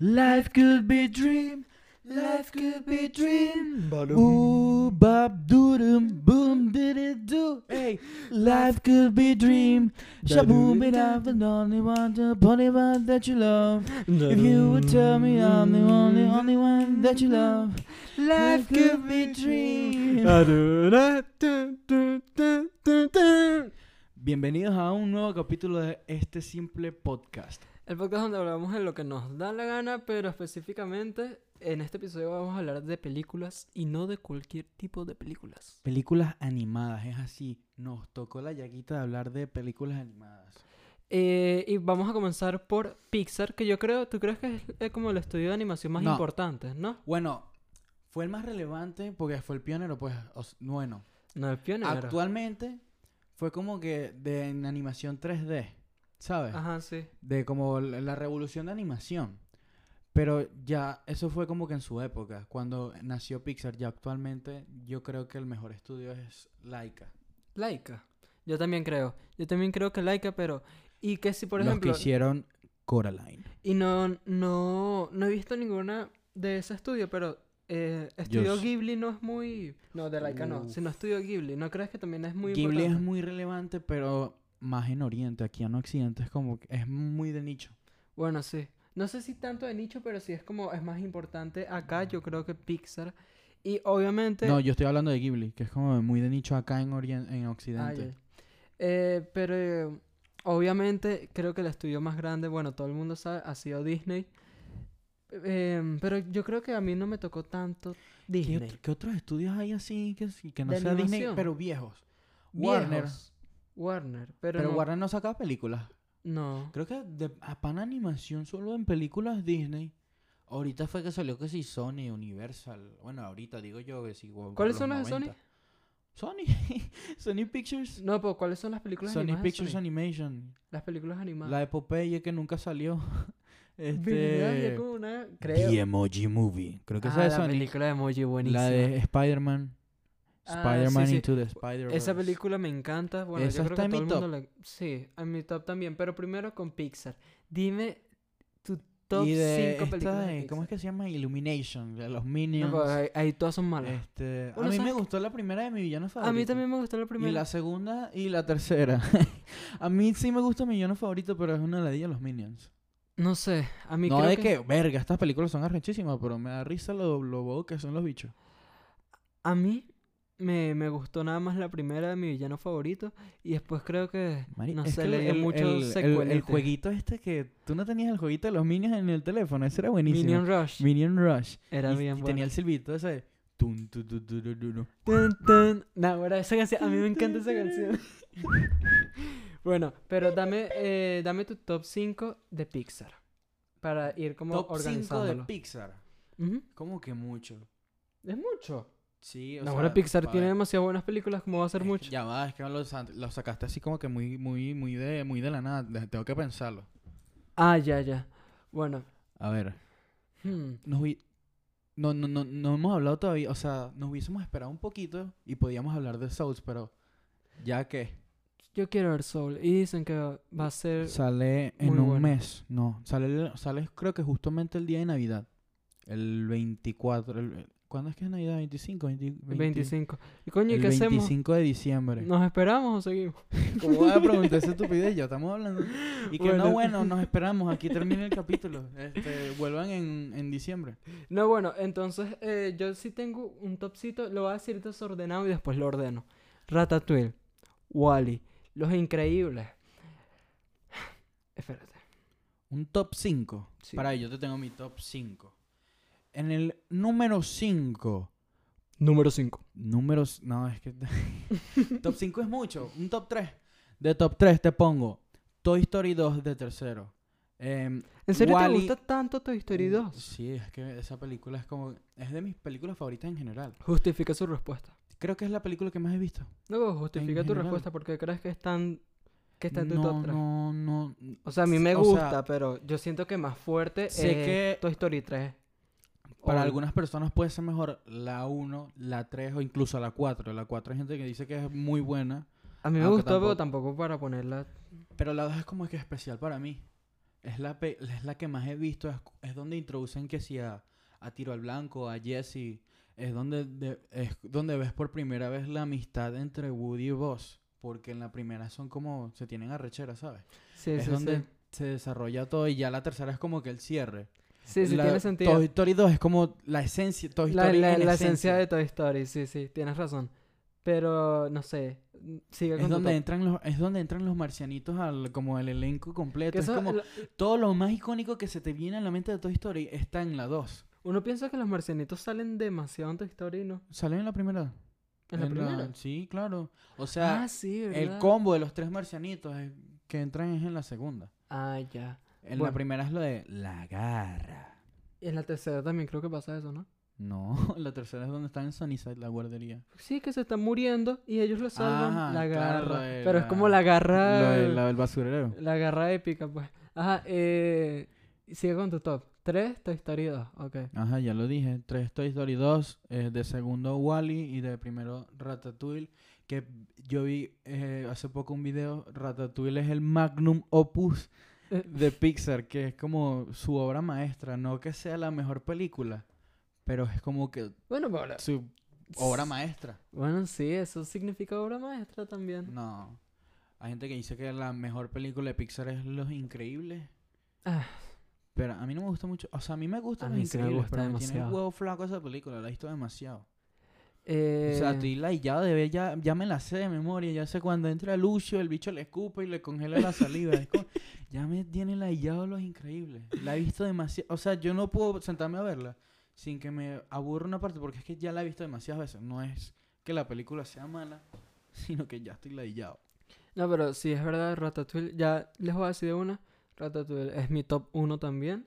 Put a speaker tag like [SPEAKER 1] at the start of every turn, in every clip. [SPEAKER 1] Life could be dream. Life could be dream. Ooh, bop, doodum, boom, did it do? Hey, life could be dream. Shaboom, it up, and only one, the only one that you love. If you would tell me I'm the only, only one that you love, life could be dream. Bienvenidos a un nuevo capítulo de este simple podcast.
[SPEAKER 2] El podcast donde hablamos de lo que nos da la gana, pero específicamente en este episodio vamos a hablar de películas y no de cualquier tipo de películas.
[SPEAKER 1] Películas animadas, es así. Nos tocó la llaguita de hablar de películas animadas.
[SPEAKER 2] Eh, y vamos a comenzar por Pixar, que yo creo, tú crees que es eh, como el estudio de animación más
[SPEAKER 1] No.
[SPEAKER 2] importante, ¿no?
[SPEAKER 1] Bueno, fue el más relevante porque fue el pionero, pues. o s- bueno,
[SPEAKER 2] No es pionero.
[SPEAKER 1] actualmente fue como que de en animación 3D, ¿sabes?
[SPEAKER 2] Ajá, sí.
[SPEAKER 1] De como la la revolución de animación. Pero ya, eso fue como que en su época, cuando nació Pixar. Ya actualmente, yo creo que el mejor estudio es Laika.
[SPEAKER 2] Laika. Yo también creo. Yo también creo que Laika, pero y que si por
[SPEAKER 1] Los
[SPEAKER 2] ejemplo
[SPEAKER 1] que hicieron Coraline.
[SPEAKER 2] y no no no he visto ninguna de ese estudio, pero eh, Estudio
[SPEAKER 1] sí.
[SPEAKER 2] Ghibli no es muy no de Laika no,
[SPEAKER 1] Uf.
[SPEAKER 2] sino Estudio Ghibli. ¿No crees que también es muy
[SPEAKER 1] Ghibli es
[SPEAKER 2] importante?
[SPEAKER 1] muy relevante, pero más en Oriente, aquí en Occidente es como que es muy de nicho.
[SPEAKER 2] Bueno, sí. No sé si tanto de nicho, pero sí es como es más importante acá, yo creo que Pixar y obviamente
[SPEAKER 1] No, yo estoy hablando de Ghibli, que es como muy de nicho acá en Orien- en
[SPEAKER 2] Ah,
[SPEAKER 1] Occidente.
[SPEAKER 2] ya. Eh, pero eh, obviamente creo que el estudio más grande, bueno, todo el mundo sabe, ha sido Disney. Em, pero yo creo que a mí no me tocó tanto
[SPEAKER 1] ¿Qué,
[SPEAKER 2] Disney.
[SPEAKER 1] otro- qué otros estudios hay así que, sí- que no
[SPEAKER 2] De
[SPEAKER 1] sea Disney,
[SPEAKER 2] animación.
[SPEAKER 1] pero viejos? Warner.
[SPEAKER 2] Warner. Warner, pero,
[SPEAKER 1] Pero,
[SPEAKER 2] no,
[SPEAKER 1] Warner no sacaba películas.
[SPEAKER 2] no.
[SPEAKER 1] Creo que de, a pan animación solo en películas Disney. Ahorita fue que salió que sí Sony, Universal. Bueno, ahorita digo yo que sí. guau, por
[SPEAKER 2] ¿Cuáles son las de Sony?
[SPEAKER 1] 90. Sony. Sony Pictures.
[SPEAKER 2] No, pero ¿cuáles son las películas
[SPEAKER 1] Sony
[SPEAKER 2] animadas? de
[SPEAKER 1] Pictures
[SPEAKER 2] Sony?
[SPEAKER 1] Animation.
[SPEAKER 2] Las películas animadas.
[SPEAKER 1] La de Popeye que nunca salió.
[SPEAKER 2] Verdad, ya
[SPEAKER 1] Este.
[SPEAKER 2] como una- creo.
[SPEAKER 1] The Emoji Movie. Creo que
[SPEAKER 2] Ah,
[SPEAKER 1] esa es
[SPEAKER 2] la
[SPEAKER 1] Sonic.
[SPEAKER 2] película de Emoji buenísima.
[SPEAKER 1] La de Spider-Man.
[SPEAKER 2] Ah,
[SPEAKER 1] Spider-Man
[SPEAKER 2] sí, sí.
[SPEAKER 1] Into the Spider-Verse.
[SPEAKER 2] Esa película me encanta. Bueno,
[SPEAKER 1] Esa
[SPEAKER 2] yo creo
[SPEAKER 1] está
[SPEAKER 2] que
[SPEAKER 1] en
[SPEAKER 2] todo
[SPEAKER 1] mi
[SPEAKER 2] el mundo la- Sí, en mi top también. Pero primero con Pixar. Dime tu top 5
[SPEAKER 1] y de esta
[SPEAKER 2] películas.
[SPEAKER 1] de-
[SPEAKER 2] de
[SPEAKER 1] ¿Cómo es
[SPEAKER 2] Pixar.
[SPEAKER 1] que se llama? Illumination, de los
[SPEAKER 2] No,
[SPEAKER 1] Minions.
[SPEAKER 2] pues, ahí, ahí todas son malas.
[SPEAKER 1] este, a mí
[SPEAKER 2] Bueno,
[SPEAKER 1] me
[SPEAKER 2] ¿sabes qué?
[SPEAKER 1] gustó la primera de mi villano favorito.
[SPEAKER 2] a mí también me gustó la primera.
[SPEAKER 1] Y la segunda y la tercera. a mí sí me gusta mi villano favorito, pero es una ladilla de los Minions.
[SPEAKER 2] No sé, a mí
[SPEAKER 1] No
[SPEAKER 2] creo
[SPEAKER 1] de
[SPEAKER 2] que...
[SPEAKER 1] que... verga, estas películas son arrechísimas, pero me da risa lo, lo bobo que son los bichos.
[SPEAKER 2] A mí me, me gustó nada más la primera de mi villano favorito. Y después creo que...
[SPEAKER 1] Mari-
[SPEAKER 2] no
[SPEAKER 1] es
[SPEAKER 2] sé,
[SPEAKER 1] que
[SPEAKER 2] le dio
[SPEAKER 1] el-
[SPEAKER 2] mucho
[SPEAKER 1] el- el- el,
[SPEAKER 2] secuelete.
[SPEAKER 1] jueguito este que tú no tenías el jueguito de los Minions en el teléfono, ese era buenísimo.
[SPEAKER 2] Minion Rush.
[SPEAKER 1] Minion Rush.
[SPEAKER 2] Era
[SPEAKER 1] y,
[SPEAKER 2] bien
[SPEAKER 1] y
[SPEAKER 2] bueno.
[SPEAKER 1] tenía el silbito ese de... tun, tu, tu, tu, tu, tu, tu.
[SPEAKER 2] Tan, tan. Nah, bueno, esa canción, a mí me encanta esa canción. bueno, pero dame, eh, dame tu top 5 de Pixar. Para ir como
[SPEAKER 1] Top 5 de
[SPEAKER 2] organizándolo.
[SPEAKER 1] Pixar.
[SPEAKER 2] Ujú.
[SPEAKER 1] Como que mucho.
[SPEAKER 2] Es mucho.
[SPEAKER 1] Sí, o
[SPEAKER 2] No,
[SPEAKER 1] sea,
[SPEAKER 2] bueno, Pixar
[SPEAKER 1] pa'
[SPEAKER 2] tiene
[SPEAKER 1] ver.
[SPEAKER 2] demasiadas buenas películas, como va a ser
[SPEAKER 1] Es que
[SPEAKER 2] mucho.
[SPEAKER 1] Ya va, es que lo, sa- lo sacaste así como que muy, muy, muy de, muy de la nada. de- Tengo que pensarlo.
[SPEAKER 2] Ah, ya, ya. Bueno.
[SPEAKER 1] A ver.
[SPEAKER 2] hmm,
[SPEAKER 1] Nos vi- No, no, no, no hemos hablado todavía. O sea, nos hubiésemos esperado un poquito y podíamos hablar de Souls, pero ya que
[SPEAKER 2] Yo quiero ver Soul. Y dicen que va a ser...
[SPEAKER 1] sale en
[SPEAKER 2] Muy
[SPEAKER 1] un
[SPEAKER 2] bueno.
[SPEAKER 1] mes. No, sale, el- sale creo que justamente el día de Navidad. El 24. el- el- ¿Cuándo es que es Navidad? 25, 20 20
[SPEAKER 2] 25. Y coño, ¿y
[SPEAKER 1] el
[SPEAKER 2] qué hacemos?
[SPEAKER 1] 25 de diciembre.
[SPEAKER 2] ¿Nos esperamos o seguimos?
[SPEAKER 1] ¿Cómo vas a preguntar esa estupidez? Ya estamos hablando. Y que no,
[SPEAKER 2] Bueno.
[SPEAKER 1] bueno, nos esperamos. Aquí termina el capítulo. Este, vuelvan en, en diciembre.
[SPEAKER 2] No, bueno, entonces eh, yo sí tengo un topcito, lo voy a decir desordenado y después lo ordeno. Ratatouille, Wally, Los Increíbles. Espérate.
[SPEAKER 1] Un top 5.
[SPEAKER 2] Sí.
[SPEAKER 1] Para ahí, yo te tengo mi top 5. En el número 5.
[SPEAKER 2] Número 5.
[SPEAKER 1] Números. No, es que. top 5 es mucho. Un top 3. De top 3 te pongo Toy Story 2 de tercero. Em,
[SPEAKER 2] ¿En serio
[SPEAKER 1] Wall-E- Mm.
[SPEAKER 2] te gusta tanto Toy Story 2?
[SPEAKER 1] Sí, es que esa película es como. Es de mis películas favoritas en general.
[SPEAKER 2] Justifica su respuesta.
[SPEAKER 1] Creo que es la película que más he visto.
[SPEAKER 2] No, pues, justifica tu
[SPEAKER 1] general.
[SPEAKER 2] respuesta porque crees que están que está en tu
[SPEAKER 1] no,
[SPEAKER 2] top 3.
[SPEAKER 1] no, no.
[SPEAKER 2] O sea, a mí me
[SPEAKER 1] O sea,
[SPEAKER 2] gusta, pero yo siento que más fuerte
[SPEAKER 1] sé
[SPEAKER 2] es
[SPEAKER 1] que-
[SPEAKER 2] Toy Story 3.
[SPEAKER 1] Para
[SPEAKER 2] O-
[SPEAKER 1] algunas personas puede ser mejor la 1, la 3 o incluso la 4. La 4 hay gente que dice que es muy buena,
[SPEAKER 2] A mí me
[SPEAKER 1] aunque
[SPEAKER 2] gustó, pero tampoco para ponerla.
[SPEAKER 1] pero la 2 es como que especial para mí. Es la, pe- es la que más he visto. Es, es donde introducen que si a, a Tiro al Blanco, a Jesse. Es donde, de- es donde ves por primera vez la amistad entre Woody y Buzz. Porque en la primera son como. Se tienen arrechera, ¿sabes?
[SPEAKER 2] Sí,
[SPEAKER 1] es
[SPEAKER 2] sí,
[SPEAKER 1] donde
[SPEAKER 2] sí.
[SPEAKER 1] se desarrolla todo. Y ya la tercera es como que el cierre.
[SPEAKER 2] Sí, sí,
[SPEAKER 1] La-
[SPEAKER 2] tiene sentido.
[SPEAKER 1] Toy Story 2 es como la esencia. Toy
[SPEAKER 2] La,
[SPEAKER 1] Story
[SPEAKER 2] la-
[SPEAKER 1] en
[SPEAKER 2] la esencia de Toy Story, sí, sí, tienes razón. Pero, no sé, n- sigue con
[SPEAKER 1] Es
[SPEAKER 2] tu
[SPEAKER 1] donde,
[SPEAKER 2] top.
[SPEAKER 1] entran los, es donde entran los marcianitos al, como el elenco completo.
[SPEAKER 2] Que
[SPEAKER 1] es
[SPEAKER 2] eso-
[SPEAKER 1] como
[SPEAKER 2] lo-
[SPEAKER 1] todo lo más icónico que se te viene a la mente de Toy Story está en la 2.
[SPEAKER 2] uno piensa que los marcianitos salen demasiado en Toy Story, ¿no?
[SPEAKER 1] ¿Sale en la primera?
[SPEAKER 2] En la primera.
[SPEAKER 1] Sí, claro. O sea,
[SPEAKER 2] ah, sí, ¿verdad?
[SPEAKER 1] el combo de los tres marcianitos eh, que entran es en la segunda.
[SPEAKER 2] Ah, ya.
[SPEAKER 1] En la
[SPEAKER 2] Bueno.
[SPEAKER 1] primera es lo de la garra.
[SPEAKER 2] Y en la tercera también creo que pasa eso, ¿no?
[SPEAKER 1] No, la tercera es donde están en Sunnyside, la guardería.
[SPEAKER 2] Sí, que se están muriendo y ellos lo salvan.
[SPEAKER 1] Ah,
[SPEAKER 2] la garra.
[SPEAKER 1] claro, lo de
[SPEAKER 2] Pero es
[SPEAKER 1] la-
[SPEAKER 2] como la garra.
[SPEAKER 1] Lo de la del basurero.
[SPEAKER 2] La garra épica, pues. Ajá, eh. Sigue con tu top. 3, Toy Story 2. Ok.
[SPEAKER 1] Ajá, ya lo dije. Tres Toy Story 2, eh, de segundo Wally y de primero Ratatouille. Que yo vi eh, hace poco un video. Ratatouille es el magnum opus
[SPEAKER 2] Eh.
[SPEAKER 1] de Pixar, que es como su obra maestra. No que sea la mejor película, pero es como que
[SPEAKER 2] Bueno, pero-
[SPEAKER 1] su obra maestra.
[SPEAKER 2] Bueno, sí, eso significa obra maestra también.
[SPEAKER 1] No. Hay gente que dice que la mejor película de Pixar es Los Increíbles.
[SPEAKER 2] Ah.
[SPEAKER 1] Pero a mí no me gusta mucho. O sea, a mí me gusta
[SPEAKER 2] A
[SPEAKER 1] Los
[SPEAKER 2] mí sí me
[SPEAKER 1] Increíbles,
[SPEAKER 2] gusta
[SPEAKER 1] pero me tiene el
[SPEAKER 2] demasiado.
[SPEAKER 1] huevo flaco esa película. La he visto demasiado.
[SPEAKER 2] Eh,
[SPEAKER 1] O sea, estoy ladillado de ver, ya, ya me la sé de memoria, ya sé cuando entra Lucio, el bicho le escupe y le congela la saliva. es como, ya me tiene ladillado los increíbles. La he visto demasiado. O sea, yo no puedo sentarme a verla sin que me aburra una parte, porque es que ya la he visto demasiadas veces. No es que la película sea mala, sino que ya estoy ladillado.
[SPEAKER 2] No, pero sí, es verdad, Ratatouille. Ya les voy a decir de una. Ratatouille es mi top 1 también.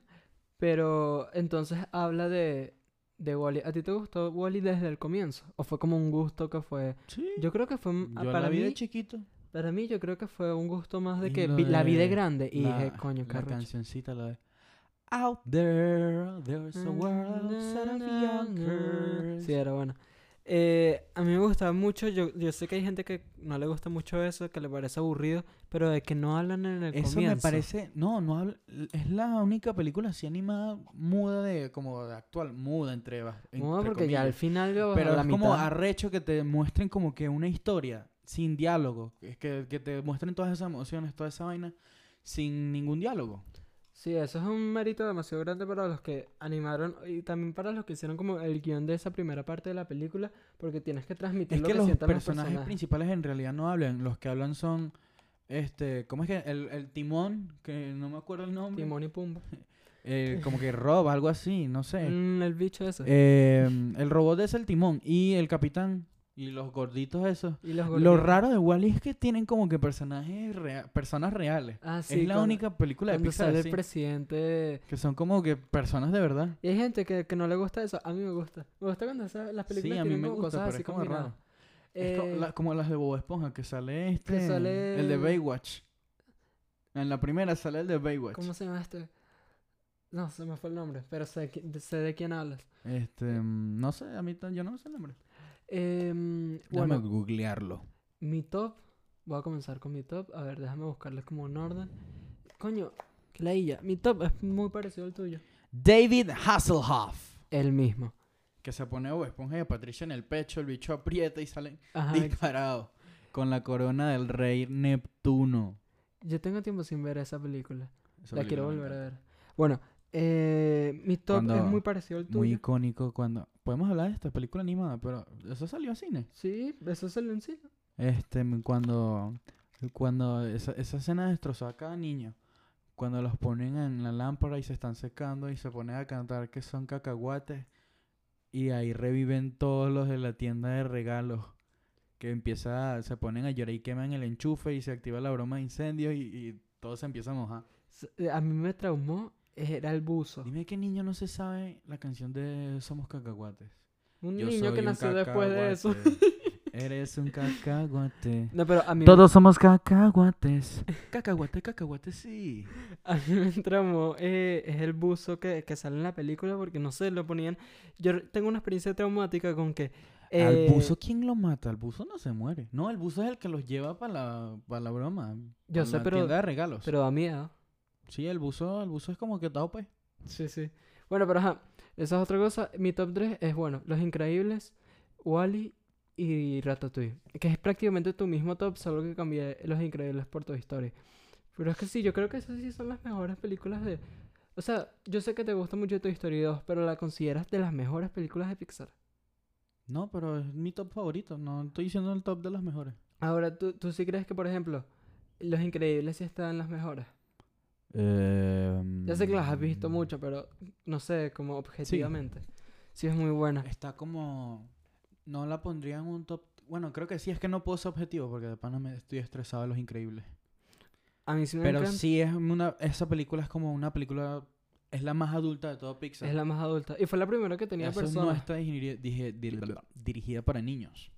[SPEAKER 2] Pero entonces habla de, de Wally. ¿A ti te gustó Wally desde el comienzo? ¿O fue como un gusto que fue.?
[SPEAKER 1] Sí. Yo,
[SPEAKER 2] Yo creo que fue. un- ah,
[SPEAKER 1] la
[SPEAKER 2] para,
[SPEAKER 1] vi
[SPEAKER 2] mí,
[SPEAKER 1] de chiquito.
[SPEAKER 2] para mí, yo creo que fue un gusto más de
[SPEAKER 1] Y
[SPEAKER 2] que
[SPEAKER 1] lo
[SPEAKER 2] vi- la vi de
[SPEAKER 1] de
[SPEAKER 2] grande y
[SPEAKER 1] la,
[SPEAKER 2] dije, coño, qué
[SPEAKER 1] La
[SPEAKER 2] arrecho.
[SPEAKER 1] cancioncita, la de... Out there, there's a world set of youngsters.
[SPEAKER 2] Sí, era bueno. Eh, a mí me gustaba mucho, yo, yo sé que hay gente que no le gusta mucho eso, que le parece aburrido, pero de que no hablan en el
[SPEAKER 1] Eso
[SPEAKER 2] comienzo.
[SPEAKER 1] me parece. No, no habla- Es la única película así animada muda de. Como de actual, muda entre. va- entre
[SPEAKER 2] No, porque ya al
[SPEAKER 1] comillas.
[SPEAKER 2] final yo
[SPEAKER 1] Pero
[SPEAKER 2] a la
[SPEAKER 1] es como
[SPEAKER 2] mitad.
[SPEAKER 1] arrecho que te muestren como que una historia sin diálogo. Es que, que te muestren todas esas emociones, toda esa vaina sin ningún diálogo.
[SPEAKER 2] Sí, eso es un mérito demasiado grande para los que animaron y también para los que hicieron como el guión de esa primera parte de la película, porque tienes que transmitir
[SPEAKER 1] Es
[SPEAKER 2] lo
[SPEAKER 1] que
[SPEAKER 2] que
[SPEAKER 1] los
[SPEAKER 2] sientan
[SPEAKER 1] personajes,
[SPEAKER 2] los personajes.
[SPEAKER 1] principales en realidad no hablan. Los que hablan son. Este, ¿cómo es que? El, el timón, que no me acuerdo el nombre.
[SPEAKER 2] Timón y Pumba.
[SPEAKER 1] Eh, como que roba, algo así, no sé.
[SPEAKER 2] Mm, el bicho ese.
[SPEAKER 1] Eh, el robot es el timón y el capitán y los gorditos esos.
[SPEAKER 2] y los
[SPEAKER 1] Lo
[SPEAKER 2] gorditos.
[SPEAKER 1] raro de Wally es que tienen como que personajes rea- personas reales.
[SPEAKER 2] Ah,
[SPEAKER 1] es
[SPEAKER 2] sí,
[SPEAKER 1] la
[SPEAKER 2] cuando-
[SPEAKER 1] única película de
[SPEAKER 2] cuando
[SPEAKER 1] Pixar
[SPEAKER 2] sale
[SPEAKER 1] así,
[SPEAKER 2] el presidente
[SPEAKER 1] que son como que personas de verdad.
[SPEAKER 2] Y hay gente que, que no le gusta eso. A mí me gusta. Me gusta cuando esas- las películas
[SPEAKER 1] Sí, a mí
[SPEAKER 2] tienen
[SPEAKER 1] me
[SPEAKER 2] como
[SPEAKER 1] gusta,
[SPEAKER 2] cosas
[SPEAKER 1] pero
[SPEAKER 2] así
[SPEAKER 1] es como
[SPEAKER 2] combinadas.
[SPEAKER 1] raro. Es co-
[SPEAKER 2] Eh,
[SPEAKER 1] la- como las de Bob Esponja que sale este
[SPEAKER 2] sale
[SPEAKER 1] el de
[SPEAKER 2] el-
[SPEAKER 1] Baywatch. En la primera sale el de Baywatch.
[SPEAKER 2] ¿Cómo se llama este? No, se me fue el nombre, pero sé, qui- de- sé de quién hablas.
[SPEAKER 1] Este, mm, no sé, a mí tan- yo no me sé el nombre.
[SPEAKER 2] Em,
[SPEAKER 1] Déjame
[SPEAKER 2] bueno,
[SPEAKER 1] googlearlo.
[SPEAKER 2] mi top. Voy a comenzar con mi top. A ver, déjame buscarles como un orden. Coño, que la illa. Mi top es muy parecido al tuyo.
[SPEAKER 1] David Hasselhoff,
[SPEAKER 2] El mismo.
[SPEAKER 1] que se pone a Bob Esponja y a Patricia en el pecho, el bicho aprieta y salen
[SPEAKER 2] Ajá.
[SPEAKER 1] disparado con la corona del rey Neptuno.
[SPEAKER 2] Yo tengo tiempo sin ver esa película.
[SPEAKER 1] Esa
[SPEAKER 2] la quiero
[SPEAKER 1] película me
[SPEAKER 2] volver a
[SPEAKER 1] encanta.
[SPEAKER 2] ver. Bueno, eh, mi top es
[SPEAKER 1] Cuando-
[SPEAKER 2] muy parecido al tuyo.
[SPEAKER 1] Muy icónico cuando podemos hablar de esta película animada, pero eso salió a cine.
[SPEAKER 2] Sí, eso es el en sí.
[SPEAKER 1] Este cuando cuando esa, esa escena destrozó a cada niño. Cuando los ponen en la lámpara y se están secando y se ponen a cantar que son cacahuates y ahí reviven todos los de la tienda de regalos que empieza se ponen a llorar y queman el enchufe y se activa la broma de incendio y, y todo se empieza a mojar.
[SPEAKER 2] S- eh, A mí me traumó, era el buzo.
[SPEAKER 1] Dime qué niño no se sabe la canción de Somos Cacahuates.
[SPEAKER 2] Un
[SPEAKER 1] Yo
[SPEAKER 2] niño
[SPEAKER 1] soy
[SPEAKER 2] que
[SPEAKER 1] un
[SPEAKER 2] nació después de eso.
[SPEAKER 1] cacahuate. Eres un cacahuate.
[SPEAKER 2] No, pero a mí,
[SPEAKER 1] Todos somos cacahuates. Cacahuate, cacahuate, sí.
[SPEAKER 2] a mí me traumó, eh, es el buzo que, que sale en la película porque no sé, lo ponían. Yo re- tengo una experiencia traumática con que. eh,
[SPEAKER 1] ¿Al buzo quién lo mata? Al buzo no se muere. No, el buzo es el que los lleva para la, pa' la broma.
[SPEAKER 2] Yo
[SPEAKER 1] pa'
[SPEAKER 2] sé,
[SPEAKER 1] la
[SPEAKER 2] pero-
[SPEAKER 1] tienda de regalos.
[SPEAKER 2] Pero da miedo.
[SPEAKER 1] Sí, el buzo, el buzo es como que pues. tope.
[SPEAKER 2] Sí, sí. Bueno, pero ajá, esa es otra cosa. Mi top 3 es, bueno, Los Increíbles, Wally y Ratatouille. Que es prácticamente tu mismo top, solo que cambié Los Increíbles por Toy Story. Pero es que sí, yo creo que esas sí son las mejores películas de... O sea, yo sé que te gusta mucho Toy Story 2, pero la consideras de las mejores películas de Pixar.
[SPEAKER 1] No, pero es mi top favorito. No estoy diciendo el top de las mejores.
[SPEAKER 2] Ahora, ¿tú, tú sí crees que, por ejemplo, Los Increíbles sí están en las mejores?
[SPEAKER 1] Em,
[SPEAKER 2] Ya sé que las has visto mucho, pero no sé, como objetivamente. Sí, es muy buena.
[SPEAKER 1] Está como. No la pondría en un top. Bueno, creo que sí, es que no puedo ser objetivo porque de pana me estoy estresado de los increíbles.
[SPEAKER 2] A mí sí me
[SPEAKER 1] Pero
[SPEAKER 2] encanta.
[SPEAKER 1] sí es una. Esa película es como una película. Es la más adulta de todo Pixar.
[SPEAKER 2] Es la más adulta. Y fue la primera que tenía
[SPEAKER 1] Eso no
[SPEAKER 2] personas.
[SPEAKER 1] está dirigida, dije- dir- dirigida para niños.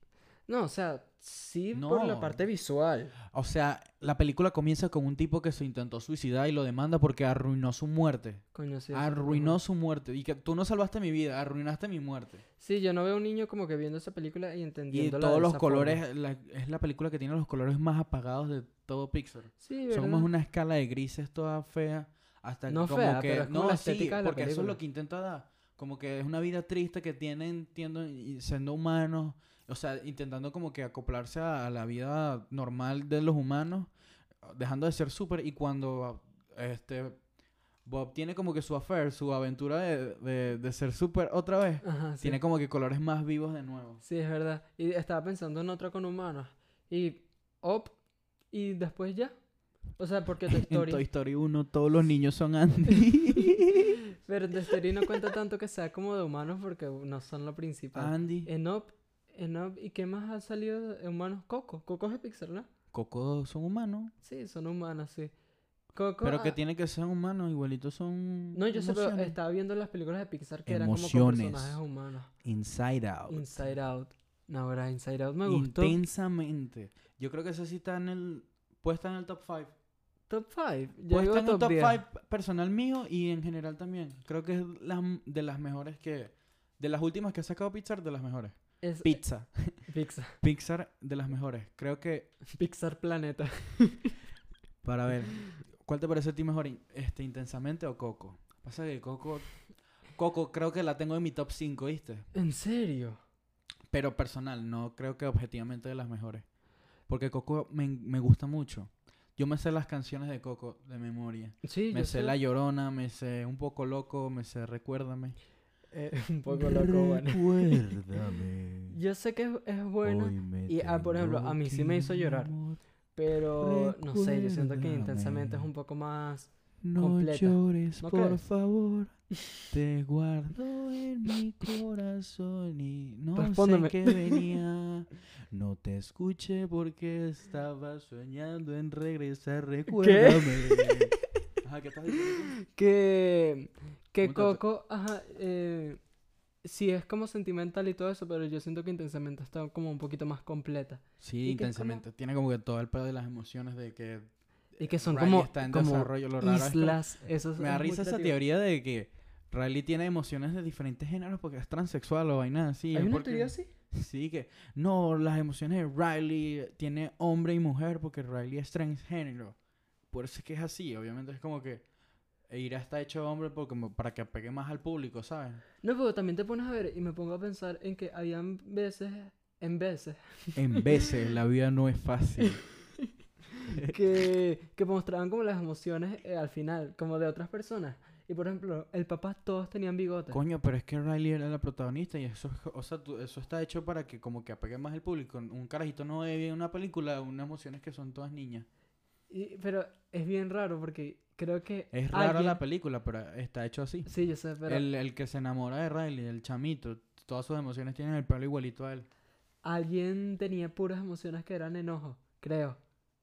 [SPEAKER 2] No, o sea, sí por la
[SPEAKER 1] No.
[SPEAKER 2] parte visual.
[SPEAKER 1] O sea, la película comienza con un tipo que se intentó suicidar y lo demanda porque arruinó su muerte.
[SPEAKER 2] Coño, sí. eso está
[SPEAKER 1] arruinó
[SPEAKER 2] bueno.
[SPEAKER 1] su muerte. Y que tú no salvaste mi vida, arruinaste mi muerte.
[SPEAKER 2] Sí, yo no veo a un niño como que viendo esa película y
[SPEAKER 1] Y
[SPEAKER 2] entendiendo
[SPEAKER 1] todos los colores, la- es la película que tiene los colores más apagados de todo Pixar.
[SPEAKER 2] Sí,
[SPEAKER 1] Son
[SPEAKER 2] ¿verdad?
[SPEAKER 1] más una escala de grises toda fea. Hasta
[SPEAKER 2] No
[SPEAKER 1] como
[SPEAKER 2] fea,
[SPEAKER 1] que.
[SPEAKER 2] pero es como
[SPEAKER 1] no,
[SPEAKER 2] la
[SPEAKER 1] sí,
[SPEAKER 2] estética de la
[SPEAKER 1] porque eso es
[SPEAKER 2] película.
[SPEAKER 1] lo que intenta dar. Como que es una vida triste que tienen, tiendo- y siendo humanos. O sea, intentando como que acoplarse a, a la vida normal de los humanos, dejando de ser súper. Y cuando este Bob tiene como que su affair, su aventura de, de- de ser súper otra vez,
[SPEAKER 2] Ajá, sí.
[SPEAKER 1] tiene como que colores más vivos de nuevo.
[SPEAKER 2] Sí, es verdad. Y estaba pensando en otra con humanos. Y op. Y después ya. O sea, porque Toy
[SPEAKER 1] En
[SPEAKER 2] Story.
[SPEAKER 1] Toy Story 1 todos los niños son Andy.
[SPEAKER 2] Pero Toy Story no cuenta tanto que sea como de humanos porque no son lo principal.
[SPEAKER 1] Andy.
[SPEAKER 2] En Up, en Up, ¿y qué más ha salido de humanos? Coco, Coco es de Pixar, ¿no?
[SPEAKER 1] Coco son humanos.
[SPEAKER 2] Sí, son humanos, sí. Coco.
[SPEAKER 1] Pero que
[SPEAKER 2] ah,
[SPEAKER 1] tiene que ser humanos, igualitos son.
[SPEAKER 2] No, yo sé, pero
[SPEAKER 1] emociones.
[SPEAKER 2] estaba viendo las películas de Pixar que eran como con
[SPEAKER 1] Emociones.
[SPEAKER 2] personajes humanos.
[SPEAKER 1] Inside Out.
[SPEAKER 2] Inside Out. No, ahora Inside Out me gustó.
[SPEAKER 1] Intensamente. Yo creo que esa sí está en el. Puesta en el top 5.
[SPEAKER 2] Top 5. Yo
[SPEAKER 1] Puesta
[SPEAKER 2] digo
[SPEAKER 1] en el
[SPEAKER 2] top,
[SPEAKER 1] top
[SPEAKER 2] 10.
[SPEAKER 1] 5 personal mío y en general también. Creo que es la, de las mejores que. De las últimas que ha sacado Pixar, de las mejores.
[SPEAKER 2] Es eh,
[SPEAKER 1] Pizza.
[SPEAKER 2] Pixar,
[SPEAKER 1] Pixar, de las mejores. Creo que.
[SPEAKER 2] Pixar Planeta.
[SPEAKER 1] Para ver. ¿Cuál te parece a ti mejor? in- Este, intensamente o Coco? Pasa que Coco. Coco, creo que la tengo en mi top 5, ¿viste?
[SPEAKER 2] ¿En serio?
[SPEAKER 1] Pero personal, no creo que objetivamente de las mejores. Porque Coco me, me gusta mucho. Yo me sé las canciones de Coco de memoria.
[SPEAKER 2] Sí,
[SPEAKER 1] Me
[SPEAKER 2] yo
[SPEAKER 1] sé
[SPEAKER 2] sé.
[SPEAKER 1] La Llorona, me sé Un poco Loco, me sé Recuérdame.
[SPEAKER 2] Eh, un poco loco, bueno.
[SPEAKER 3] Recuérdame.
[SPEAKER 2] Yo sé que es, es buena,
[SPEAKER 3] hoy me
[SPEAKER 2] y, ah, por ejemplo,
[SPEAKER 3] tengo
[SPEAKER 2] a mí sí me
[SPEAKER 3] que
[SPEAKER 2] hizo llorar.
[SPEAKER 3] enamorar.
[SPEAKER 2] pero no sé, yo siento que
[SPEAKER 3] Recuérdame.
[SPEAKER 2] intensamente es un poco más.
[SPEAKER 1] No
[SPEAKER 2] Completa.
[SPEAKER 1] llores,
[SPEAKER 2] ¿No
[SPEAKER 1] por
[SPEAKER 2] crees?
[SPEAKER 1] favor. Te guardo en mi corazón y no
[SPEAKER 2] Respóndeme.
[SPEAKER 1] sé qué venía. No te escuché porque estaba soñando en regresar. Recuérdame. Ajá, ¿qué estás diciendo tú?
[SPEAKER 2] Que, que
[SPEAKER 1] Un tanto.
[SPEAKER 2] Coco, ajá, eh, sí es como sentimental y todo eso, pero yo siento que intensamente está como un poquito más completa.
[SPEAKER 1] Sí,
[SPEAKER 2] Y que es como-
[SPEAKER 1] intensamente. Tiene como que todo el pedo de las emociones de que.
[SPEAKER 2] Y que son
[SPEAKER 1] Riley
[SPEAKER 2] como,
[SPEAKER 1] está en
[SPEAKER 2] como
[SPEAKER 1] desarrollo. Lo raro es como-
[SPEAKER 2] islas. Eso es-
[SPEAKER 1] Me da
[SPEAKER 2] es muy
[SPEAKER 1] risa esa
[SPEAKER 2] creativo.
[SPEAKER 1] teoría de que Riley tiene emociones de diferentes géneros porque es transexual o vaina así.
[SPEAKER 2] ¿Hay
[SPEAKER 1] es
[SPEAKER 2] una
[SPEAKER 1] porque-
[SPEAKER 2] teoría así?
[SPEAKER 1] Sí, que. No, las emociones de Riley tiene hombre y mujer porque Riley es transgénero. Por eso es que es así. Obviamente es como que. Ira está hecho hombre porque, como para que apegue más al público, ¿sabes?
[SPEAKER 2] No, pero también te pones a ver y me pongo a pensar en que habían veces, en veces,
[SPEAKER 1] En veces la vida no es fácil.
[SPEAKER 2] que, que mostraban como las emociones eh, al final, como de otras personas. Y por ejemplo, el papá todos tenían bigotes.
[SPEAKER 1] Coño, pero es que Riley era la protagonista y eso, es- o sea, tú- eso está hecho para que como que apegue más al público. Un carajito no ve bien una película, unas emociones que son todas niñas.
[SPEAKER 2] Y- pero es bien raro porque creo que.
[SPEAKER 1] Es rara la
[SPEAKER 2] alguien-
[SPEAKER 1] película, pero está hecho así.
[SPEAKER 2] Sí, yo sé, pero
[SPEAKER 1] El, el que se enamora de Riley, el chamito, todas sus emociones tienen el pelo igualito a él.
[SPEAKER 2] alguien tenía puras emociones que eran enojo, creo.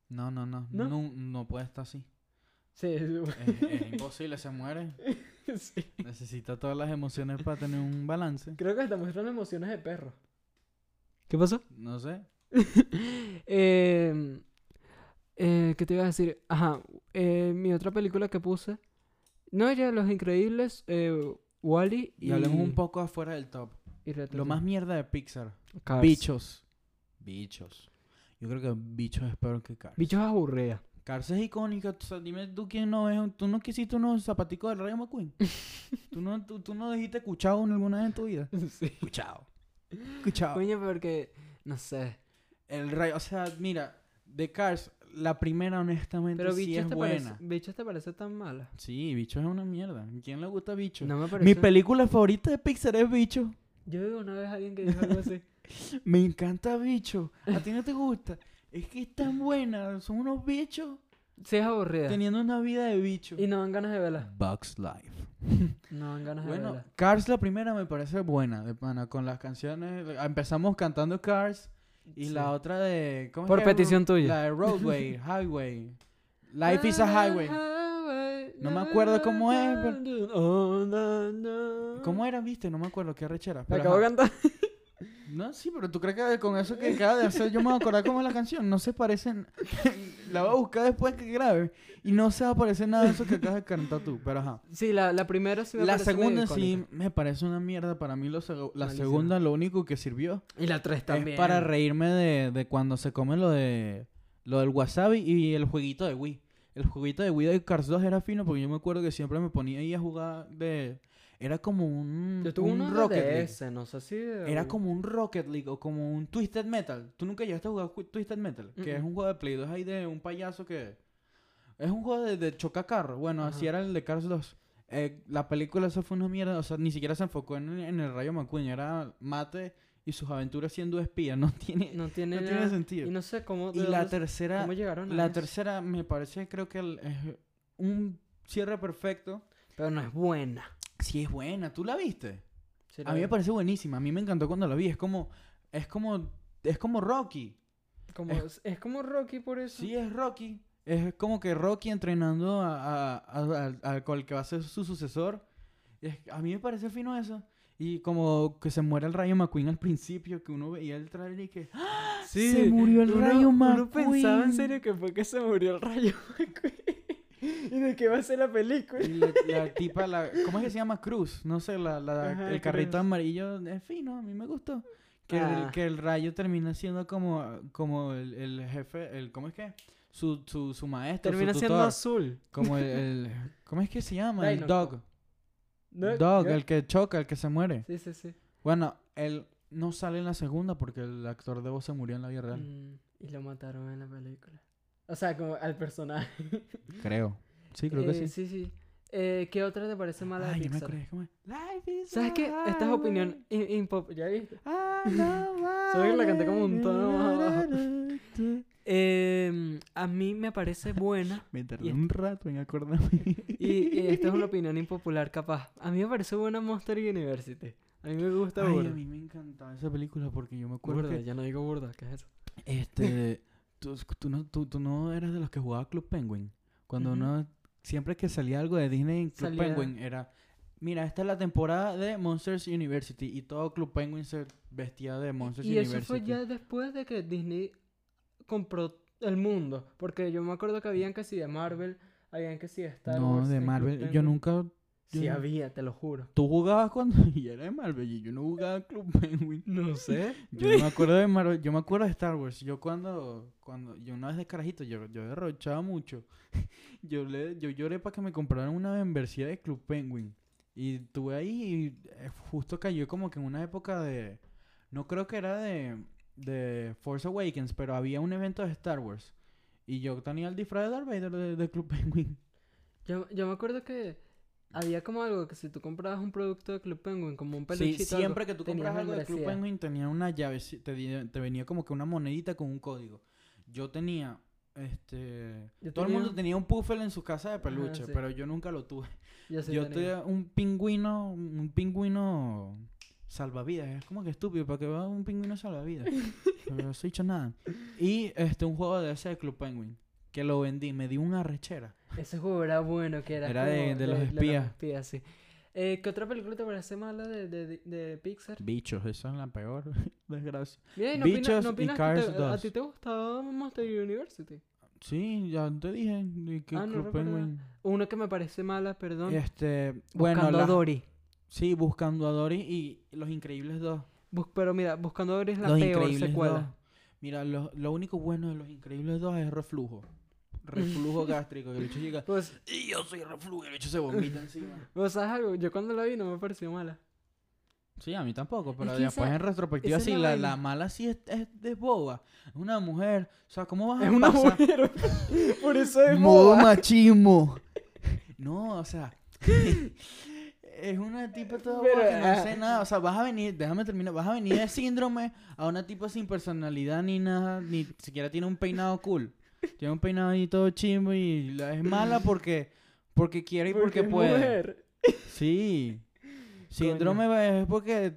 [SPEAKER 1] No, no, no,
[SPEAKER 2] ¿No?
[SPEAKER 1] no, no, puede estar así.
[SPEAKER 2] Sí,
[SPEAKER 1] Es, es imposible, se muere.
[SPEAKER 2] sí.
[SPEAKER 1] Necesita todas las emociones para tener un balance.
[SPEAKER 2] Creo que hasta muestran emociones de perro. ¿Qué pasó?
[SPEAKER 1] No sé.
[SPEAKER 2] Eh, eh, ¿Qué te iba a decir? Ajá, eh, mi otra película que puse. No, ya Los Increíbles, eh, Wally
[SPEAKER 1] Y hablemos un poco afuera del top.
[SPEAKER 2] y
[SPEAKER 1] Lo más mierda de Pixar.
[SPEAKER 2] Cars.
[SPEAKER 1] Bichos. Bichos. Yo creo que bichos es peor que Cars.
[SPEAKER 2] Bichos aburrida.
[SPEAKER 1] Cars es icónica. O sea, dime tú quién no es. Tú no quisiste unos zapaticos del Rayo McQueen. tú, no, tú, tú no dijiste cuchao en alguna vez en tu vida.
[SPEAKER 2] Sí.
[SPEAKER 1] Cuchao. Cuchao.
[SPEAKER 2] Ah. Coño, porque. No sé.
[SPEAKER 1] El rayo. O sea, mira, de Cars, la primera, honestamente,
[SPEAKER 2] Pero
[SPEAKER 1] sí
[SPEAKER 2] bichos
[SPEAKER 1] es
[SPEAKER 2] te,
[SPEAKER 1] buena.
[SPEAKER 2] parece, bichos te parece tan mala.
[SPEAKER 1] Sí, bicho es una mierda. ¿Quién le gusta bicho?
[SPEAKER 2] No me parece.
[SPEAKER 1] Mi película favorita de Pixar es bicho.
[SPEAKER 2] Yo vi una vez a alguien que dijo algo así.
[SPEAKER 1] Me encanta bicho. A ti no te gusta. Es que es tan buena. Son unos bichos
[SPEAKER 2] Sí, es aburrida.
[SPEAKER 1] teniendo una vida de bicho.
[SPEAKER 2] Y no Ah, dan ganas de verla.
[SPEAKER 3] Bugs Life.
[SPEAKER 2] No dan ganas de
[SPEAKER 1] Bueno,
[SPEAKER 2] verla.
[SPEAKER 1] Cars la primera me parece buena, de pana, con las canciones. Empezamos cantando Cars y
[SPEAKER 2] Sí.
[SPEAKER 1] la otra de... ¿cómo es
[SPEAKER 2] Por
[SPEAKER 1] que es?
[SPEAKER 2] petición tuya. Ah,
[SPEAKER 1] La de Roadway, Highway. Life is a Highway. No me acuerdo cómo es, ¿Cómo era, viste? No me acuerdo qué rechera.
[SPEAKER 2] La
[SPEAKER 1] pero
[SPEAKER 2] acabo de
[SPEAKER 1] ajá.
[SPEAKER 2] cantar.
[SPEAKER 1] No, sí, pero tú crees que con eso que acaba de hacer yo me voy a acordar cómo es la canción. No se parecen. la voy a buscar después que grabe y no se va a parecer nada de eso que acabas de cantar tú, pero ajá.
[SPEAKER 2] Sí, la, la primera sí me
[SPEAKER 1] La
[SPEAKER 2] parece medio
[SPEAKER 1] segunda sí
[SPEAKER 2] icónica.
[SPEAKER 1] me parece una mierda. Para mí lo seg- la
[SPEAKER 2] Malísima.
[SPEAKER 1] segunda lo único que sirvió
[SPEAKER 2] Y la tres también.
[SPEAKER 1] es para reírme de, de cuando se come lo de lo del wasabi y el jueguito de Wii. El jueguito de Wii de Cars 2 era fino porque yo me acuerdo que siempre me ponía ahí a jugar de... Era como un...
[SPEAKER 2] Yo tuve
[SPEAKER 1] un
[SPEAKER 2] uno
[SPEAKER 1] Rocket
[SPEAKER 2] de
[SPEAKER 1] League.
[SPEAKER 2] ese, no sé si. de-
[SPEAKER 1] Era como un Rocket League o como un Twisted Metal. ¿Tú nunca llegaste a jugar cu- Twisted Metal? Que es
[SPEAKER 2] Mm-mm.
[SPEAKER 1] un juego de Play 2 ahí de un payaso que... Es un juego de, de chocar carro. Bueno, así
[SPEAKER 2] Ajá.
[SPEAKER 1] era el de Cars 2. Eh, la película esa fue una mierda. O sea, ni siquiera se enfocó en, en el Rayo McQueen. Era Mate y sus aventuras siendo espía. No tiene, no
[SPEAKER 2] No tiene,
[SPEAKER 1] tiene
[SPEAKER 2] nada-
[SPEAKER 1] sentido.
[SPEAKER 2] Y no sé cómo.
[SPEAKER 1] Y
[SPEAKER 2] de
[SPEAKER 1] la
[SPEAKER 2] dónde-
[SPEAKER 1] tercera...
[SPEAKER 2] ¿Cómo llegaron a
[SPEAKER 1] La
[SPEAKER 2] eso?
[SPEAKER 1] tercera me parece creo que el- es un cierre perfecto.
[SPEAKER 2] Pero no es buena.
[SPEAKER 1] Sí, es buena. ¿Tú la viste?
[SPEAKER 2] Sí, la
[SPEAKER 1] A mí me
[SPEAKER 2] verdad.
[SPEAKER 1] parece buenísima, a mí me encantó cuando la vi, es como es como es como Rocky.
[SPEAKER 2] Como, es, como Rocky por eso.
[SPEAKER 1] Sí, es Rocky. Es como que Rocky entrenando a, a, a- al- al cual que va a ser su sucesor. Es- a mí me parece fino eso. Y como que se muere el Rayo McQueen al principio, que uno veía el trailer y que...
[SPEAKER 2] Sí,
[SPEAKER 1] Se murió el
[SPEAKER 2] uno-
[SPEAKER 1] Rayo
[SPEAKER 2] Uno pensaba en
[SPEAKER 1] McQueen.
[SPEAKER 2] serio que fue que se murió el Rayo McQueen. ¿Y de qué va a ser la película?
[SPEAKER 1] Y la, la tipa, la, ¿cómo es que se llama? Cruz, no sé, la, la-
[SPEAKER 2] Ajá,
[SPEAKER 1] el carrito
[SPEAKER 2] Cruz.
[SPEAKER 1] amarillo, es fino, a mí me gustó. Que,
[SPEAKER 2] Ah.
[SPEAKER 1] el, que el rayo termina siendo como, como el, el jefe, el, ¿cómo es que? Su, su, su maestro,
[SPEAKER 2] Termina
[SPEAKER 1] su
[SPEAKER 2] siendo
[SPEAKER 1] tutor,
[SPEAKER 2] azul.
[SPEAKER 1] como el, el- ¿cómo es que se llama? El
[SPEAKER 2] Dinoco.
[SPEAKER 1] dog,
[SPEAKER 2] ¿No?
[SPEAKER 1] dog,
[SPEAKER 2] ¿Ya?
[SPEAKER 1] el que choca, el que se muere.
[SPEAKER 2] Sí, sí, sí.
[SPEAKER 1] Bueno, él no sale en la segunda porque el actor de voz se murió en la vida real,
[SPEAKER 2] Mm, y lo mataron en la película. O sea, como al personaje.
[SPEAKER 1] creo. Sí, creo que
[SPEAKER 2] Mm.
[SPEAKER 1] sí.
[SPEAKER 2] Eh, Sí, sí. Eh, ¿Qué otra te parece mala de
[SPEAKER 1] Ay, yo me
[SPEAKER 2] Pixar?
[SPEAKER 1] acordé, ¿cómo es? Life is
[SPEAKER 2] ¿Sabes
[SPEAKER 1] a
[SPEAKER 2] qué? Esta es
[SPEAKER 1] highway.
[SPEAKER 2] opinión in- impop- ¿Ya viste?
[SPEAKER 1] Solo
[SPEAKER 2] que la canté como un tono más abajo. Em, a mí me parece buena.
[SPEAKER 1] Me
[SPEAKER 2] Y
[SPEAKER 1] tardé
[SPEAKER 2] es-
[SPEAKER 1] un rato en acordarme.
[SPEAKER 2] Y, y esta es una opinión impopular, capaz. A mí me parece buena Monster University. A mí me gusta
[SPEAKER 1] Ay, a
[SPEAKER 2] burda.
[SPEAKER 1] mí me encantaba esa película porque yo me acuerdo
[SPEAKER 2] Burda,
[SPEAKER 1] que
[SPEAKER 2] ya no digo burda, ¿qué es eso?
[SPEAKER 1] este tú, tú no tú, tú no eras de los que jugaba Club Penguin. Cuando
[SPEAKER 2] Ujú.
[SPEAKER 1] uno siempre que salía algo de Disney en Club
[SPEAKER 2] Salía-
[SPEAKER 1] Penguin era Mira, esta es la temporada de Monsters University y todo Club Penguin se vestía de Monsters
[SPEAKER 2] Y
[SPEAKER 1] University.
[SPEAKER 2] eso fue ya después de que Disney compró el mundo. Porque yo me acuerdo que habían que sí de Marvel, habían que sí de Star
[SPEAKER 1] no,
[SPEAKER 2] Wars.
[SPEAKER 1] de
[SPEAKER 2] Club
[SPEAKER 1] Marvel. Yo
[SPEAKER 2] Penguin.
[SPEAKER 1] nunca
[SPEAKER 2] Sí
[SPEAKER 1] yo-
[SPEAKER 2] había, te lo juro.
[SPEAKER 1] Tú jugabas cuando y era de Marvel y yo no jugaba Club Penguin.
[SPEAKER 2] No sé.
[SPEAKER 1] Yo no me acuerdo de Marvel, yo me acuerdo de Star Wars. Yo cuando, cuando, yo una vez de carajito, yo, yo derrochaba mucho. Yo le, yo lloré para que me compraran una membresía de Club Penguin. Y tuve ahí y eh, justo cayó como que en una época de, no creo que era de, de Force Awakens, pero había un evento de Star Wars. Y yo tenía el disfraz de Darth Vader de, de Club Penguin.
[SPEAKER 2] Yo, yo me acuerdo que había como algo que si tú comprabas un producto de Club Penguin, como un
[SPEAKER 1] Sí,
[SPEAKER 2] peluchito. o algo,
[SPEAKER 1] siempre que tú
[SPEAKER 2] tenías
[SPEAKER 1] compras algo de Club
[SPEAKER 2] membresía.
[SPEAKER 1] Penguin tenía una llave, sí, te, di- te venía como que una monedita con un código. Yo tenía, este...
[SPEAKER 2] Yo
[SPEAKER 1] todo el
[SPEAKER 2] tenía-
[SPEAKER 1] mundo tenía un puffle en su casa de
[SPEAKER 2] Ajá,
[SPEAKER 1] peluche,
[SPEAKER 2] sí.
[SPEAKER 1] pero yo nunca lo tuve.
[SPEAKER 2] Yo, sí
[SPEAKER 1] yo
[SPEAKER 2] tenía.
[SPEAKER 1] tenía un pingüino, un pingüino salvavidas. Es como que estúpido, ¿para qué va un pingüino salvavidas? pero no soy hecho nada. Y este, un juego de ese de Club Penguin, que lo vendí, me di una arrechera.
[SPEAKER 2] Ese juego era bueno, que era.
[SPEAKER 1] Era de-
[SPEAKER 2] como
[SPEAKER 1] de los espías.
[SPEAKER 2] espías, sí. Eh, ¿Qué otra película te parece mala de, de, de Pixar?
[SPEAKER 1] Bichos, esa es la peor desgracia.
[SPEAKER 2] Mira, y no opina-
[SPEAKER 1] Bichos
[SPEAKER 2] no
[SPEAKER 1] y
[SPEAKER 2] opinas
[SPEAKER 1] Cars
[SPEAKER 2] que te- a
[SPEAKER 1] 2.
[SPEAKER 2] ti te gustaba Monster University.
[SPEAKER 1] Sí, ya te dije de que
[SPEAKER 2] Ah, no
[SPEAKER 1] Club
[SPEAKER 2] recuerdo.
[SPEAKER 1] Penguin...
[SPEAKER 2] Una que me parece mala, perdón.
[SPEAKER 1] Este,
[SPEAKER 2] Buscando
[SPEAKER 1] bueno,
[SPEAKER 2] a
[SPEAKER 1] la-
[SPEAKER 2] Dory.
[SPEAKER 1] sí, Buscando a Dory y Los Increíbles 2.
[SPEAKER 2] Bus- pero mira, Buscando a Dory es la
[SPEAKER 1] los
[SPEAKER 2] peor
[SPEAKER 1] Increíbles 2.
[SPEAKER 2] secuela.
[SPEAKER 1] Mira, lo, lo único bueno de Los Increíbles 2 es Reflujo. reflujo gástrico. Que el bicho llega.
[SPEAKER 2] Pues,
[SPEAKER 1] Y yo soy reflujo. Y el bicho se vomita encima.
[SPEAKER 2] ¿Vos sabes algo? Yo cuando la vi no me pareció mala.
[SPEAKER 1] Sí, a mí tampoco. Pero
[SPEAKER 2] Es que
[SPEAKER 1] después
[SPEAKER 2] esa-
[SPEAKER 1] en retrospectiva,
[SPEAKER 2] esa es
[SPEAKER 1] sí,
[SPEAKER 2] la
[SPEAKER 1] la, la
[SPEAKER 2] vaina.
[SPEAKER 1] mala sí es, es, es boba. Es una mujer. O sea, ¿cómo vas
[SPEAKER 2] Es
[SPEAKER 1] a
[SPEAKER 2] una
[SPEAKER 1] pasar?
[SPEAKER 2] mujer. Por eso es
[SPEAKER 1] Modo
[SPEAKER 2] boba.
[SPEAKER 1] machismo. No, o sea. es una tipa toda boba
[SPEAKER 2] Pero,
[SPEAKER 1] que no
[SPEAKER 2] ah.
[SPEAKER 1] hace nada. O sea, vas a venir, déjame terminar, vas a venir de síndrome a una tipa sin personalidad ni nada, ni siquiera tiene un peinado cool. Tiene un peinado ahí todo chimbo y la- es mala porque, porque quiere y porque,
[SPEAKER 2] es
[SPEAKER 1] puede.
[SPEAKER 2] mujer.
[SPEAKER 1] Sí. Síndrome es porque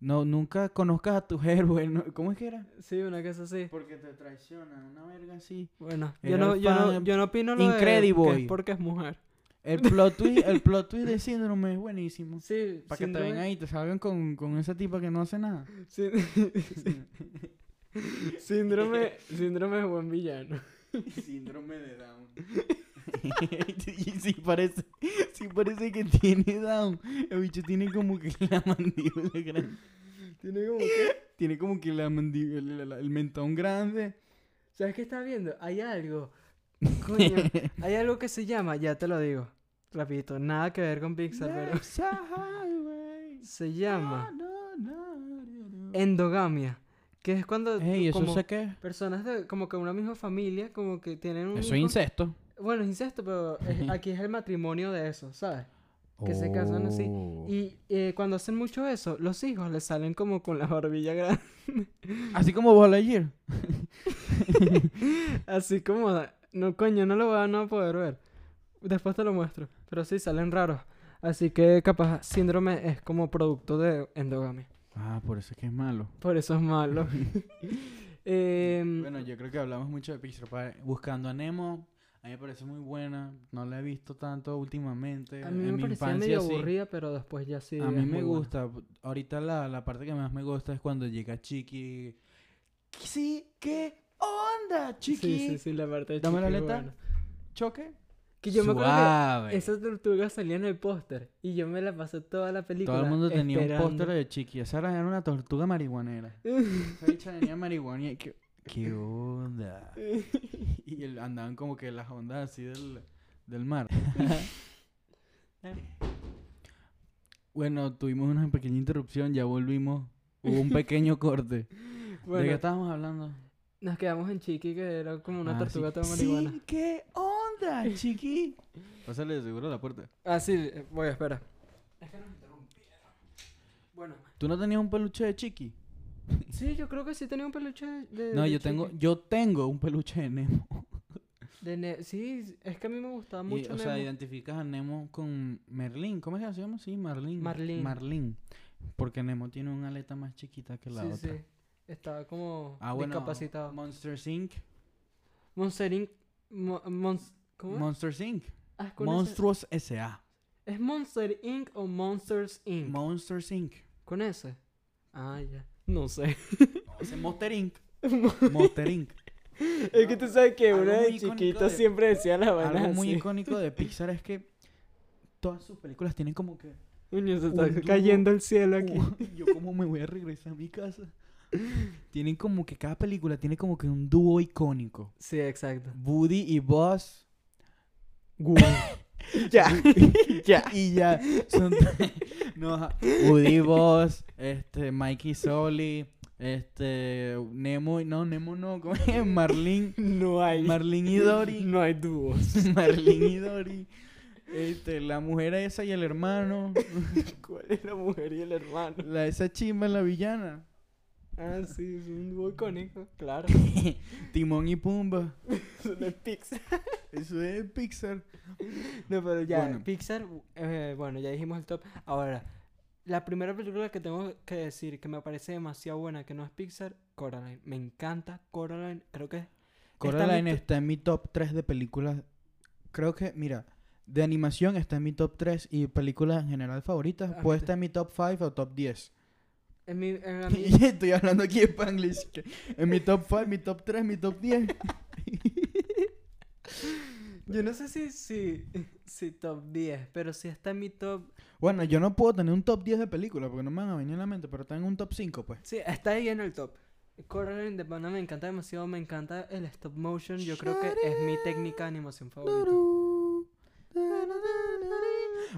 [SPEAKER 1] no, nunca conozcas a tu héroe. ¿no? ¿Cómo es que era?
[SPEAKER 2] Sí, una cosa así.
[SPEAKER 1] Porque te traicionan, una verga así.
[SPEAKER 2] Bueno,
[SPEAKER 1] Era
[SPEAKER 2] yo no,
[SPEAKER 1] el
[SPEAKER 2] yo, no,
[SPEAKER 1] fan-
[SPEAKER 2] yo no opino lo de
[SPEAKER 1] Incrediboy.
[SPEAKER 2] que es porque es mujer.
[SPEAKER 1] El plot twist, el plot twist de síndrome es buenísimo.
[SPEAKER 2] Sí,
[SPEAKER 1] Para que te ven ahí, te salgan con, con esa tipa que no hace nada.
[SPEAKER 2] Sí- síndrome, síndrome de buen villano.
[SPEAKER 1] Síndrome de Down. y sí parece, sí parece que tiene Down. El bicho tiene como que la mandíbula grande.
[SPEAKER 2] Tiene como que...
[SPEAKER 1] Tiene como que la mandíbula, la- la- el mentón grande.
[SPEAKER 2] ¿Sabes qué estaba viendo? Hay algo. Coño, hay algo que se llama, ya te lo digo. Rapidito, nada que ver con Pixar, pero
[SPEAKER 1] Life's a highway. Ah,
[SPEAKER 2] se llama
[SPEAKER 1] No, no, no, no.
[SPEAKER 2] endogamia, que es cuando
[SPEAKER 1] Ey, ¿eso
[SPEAKER 2] como
[SPEAKER 1] sé qué?
[SPEAKER 2] personas de como que una misma familia como que tienen un
[SPEAKER 1] Eso
[SPEAKER 2] hijo.
[SPEAKER 1] es incesto.
[SPEAKER 2] Bueno, es incesto, pero es- aquí es el matrimonio de eso, ¿sabes? Que se casan así.
[SPEAKER 1] Oh.
[SPEAKER 2] Y eh, cuando hacen mucho eso, los hijos les salen como con la barbilla grande.
[SPEAKER 1] Así como Buzz Lightyear.
[SPEAKER 2] Así como... No, coño, no lo van a poder ver. Después te lo muestro. Pero sí, salen raros. Así que capaz síndrome es como producto de endogamia.
[SPEAKER 1] Ah, por eso es que es malo.
[SPEAKER 2] Por eso es malo. Em,
[SPEAKER 1] Bueno, yo creo que hablamos mucho de Pixar. pa- Buscando a Nemo, a mí me parece muy buena. No la he visto tanto últimamente.
[SPEAKER 2] a mí
[SPEAKER 1] en
[SPEAKER 2] me
[SPEAKER 1] mi
[SPEAKER 2] parecía
[SPEAKER 1] infancia,
[SPEAKER 2] medio
[SPEAKER 1] sí.
[SPEAKER 2] aburrida, pero después ya sí.
[SPEAKER 1] a
[SPEAKER 2] es
[SPEAKER 1] mí me
[SPEAKER 2] muy buena.
[SPEAKER 1] gusta. Ahorita la, la parte que más me gusta es cuando llega Chiqui. Sí, ¿qué onda,
[SPEAKER 2] Sí,
[SPEAKER 1] Chiqui?
[SPEAKER 2] sí, sí, la parte de
[SPEAKER 1] Dame la
[SPEAKER 2] Chiqui es
[SPEAKER 1] aleta.
[SPEAKER 2] buena.
[SPEAKER 1] ¿Choque?
[SPEAKER 2] Que yo me acuerdo que
[SPEAKER 1] Suave.
[SPEAKER 2] Esa tortuga salía en el póster y yo me la pasé toda la película.
[SPEAKER 1] Todo el mundo tenía
[SPEAKER 2] esperando.
[SPEAKER 1] un póster de Chiqui. Esa era era una tortuga marihuanera. Esa bicha tenía marihuana y que- ¿Qué onda? Y el- andaban como que las ondas así del, del mar. bueno, tuvimos una pequeña interrupción, ya volvimos. Hubo un pequeño corte. ¿De qué
[SPEAKER 2] Bueno,
[SPEAKER 1] estábamos hablando?
[SPEAKER 2] nos quedamos en Chiqui, que era como una
[SPEAKER 1] Ah,
[SPEAKER 2] tortuga
[SPEAKER 1] sí.
[SPEAKER 2] toda marihuana.
[SPEAKER 1] Sí, ¿qué onda, chiqui? Pásale de seguro a la puerta.
[SPEAKER 2] Ah, sí, eh, voy, espera. Es que nos interrumpieron. Bueno,
[SPEAKER 1] ¿Tú no tenías un peluche de chiqui?
[SPEAKER 2] sí, yo creo que sí tenía un peluche de.
[SPEAKER 1] No,
[SPEAKER 2] de
[SPEAKER 1] yo
[SPEAKER 2] Chiqui.
[SPEAKER 1] tengo, yo tengo un peluche de Nemo.
[SPEAKER 2] De Ne- sí, es que a mí me gustaba
[SPEAKER 1] Y,
[SPEAKER 2] mucho.
[SPEAKER 1] o sea,
[SPEAKER 2] Nemo.
[SPEAKER 1] identificas a Nemo con Merlín. ¿Cómo es que se llama? Sí, Marlín.
[SPEAKER 2] Marlín.
[SPEAKER 1] Marlín. Porque Nemo tiene una aleta más chiquita que la
[SPEAKER 2] sí,
[SPEAKER 1] otra.
[SPEAKER 2] sí. Estaba como
[SPEAKER 1] Ah, bueno.
[SPEAKER 2] discapacitado.
[SPEAKER 1] Monster Inc.
[SPEAKER 2] Monster Inc. Mo- Mons- ¿Cómo?
[SPEAKER 1] Monsters Inc.
[SPEAKER 2] Ah, es con ese-
[SPEAKER 1] Monstruos S.A.
[SPEAKER 2] ¿Es Monster Inc. o Monsters Inc.?
[SPEAKER 1] Monsters Inc.
[SPEAKER 2] ¿Con ese? Ah, ya. No sé.
[SPEAKER 1] No, ese es Monster Inc. Monster Inc.
[SPEAKER 2] Es que tú sabes que
[SPEAKER 1] Algo
[SPEAKER 2] uno
[SPEAKER 1] muy
[SPEAKER 2] de
[SPEAKER 1] icónico
[SPEAKER 2] chiquito
[SPEAKER 1] de-
[SPEAKER 2] siempre decía la vaina
[SPEAKER 1] Algo muy
[SPEAKER 2] así.
[SPEAKER 1] icónico de Pixar es que todas sus películas tienen como que.
[SPEAKER 2] Coño, se
[SPEAKER 1] un
[SPEAKER 2] está
[SPEAKER 1] dúo.
[SPEAKER 2] cayendo el cielo aquí.
[SPEAKER 1] "Uy, yo cómo me voy a regresar a mi casa. tienen como que cada película tiene como que un dúo icónico.
[SPEAKER 2] Sí, exacto.
[SPEAKER 1] Woody y Buzz.
[SPEAKER 2] ya, ya.
[SPEAKER 1] y ya. Son no, ajá. Woody Boss, este, Mikey Soli, este, Nemo, y- no, Nemo no, ¿cómo es? Marlin,
[SPEAKER 2] No hay.
[SPEAKER 1] Marlin y Dory,
[SPEAKER 2] No hay dúos.
[SPEAKER 1] Marlin y Dory, este, la mujer esa y el hermano,
[SPEAKER 2] ¿Cuál es la mujer y el hermano?
[SPEAKER 1] la esa chimba, la villana,
[SPEAKER 2] Ah, sí, es un dúo icónico. Claro.
[SPEAKER 1] Timón y Pumba,
[SPEAKER 2] Eso no es Pixar.
[SPEAKER 1] eso es Pixar.
[SPEAKER 2] No, pero ya.
[SPEAKER 1] Bueno.
[SPEAKER 2] Pixar, eh, bueno, ya dijimos el top. Ahora, la primera película que tengo que decir que me parece demasiado buena, que no es Pixar, Coraline. Me encanta Coraline. Creo que es
[SPEAKER 1] Coraline
[SPEAKER 2] mi to-
[SPEAKER 1] está en mi top 3 de películas, creo que, mira... De animación está en mi top 3 y películas en general favoritas.
[SPEAKER 2] Ah,
[SPEAKER 1] Puede
[SPEAKER 2] mira.
[SPEAKER 1] estar en mi top 5 o top 10.
[SPEAKER 2] En mi, en a mí-
[SPEAKER 1] Y estoy hablando aquí en Spanglish. que En mi top 5, mi top 3, mi top 10.
[SPEAKER 2] yo no sé si, si, si top 10, pero si está en mi top.
[SPEAKER 1] Bueno, yo no puedo tener un top 10 de películas porque no me van a venir a la mente, pero tengo un top 5, pues.
[SPEAKER 2] Sí, está ahí en el top. Coraline de Panda me encanta demasiado, me encanta el stop motion, yo creo que es mi técnica de animación favorita.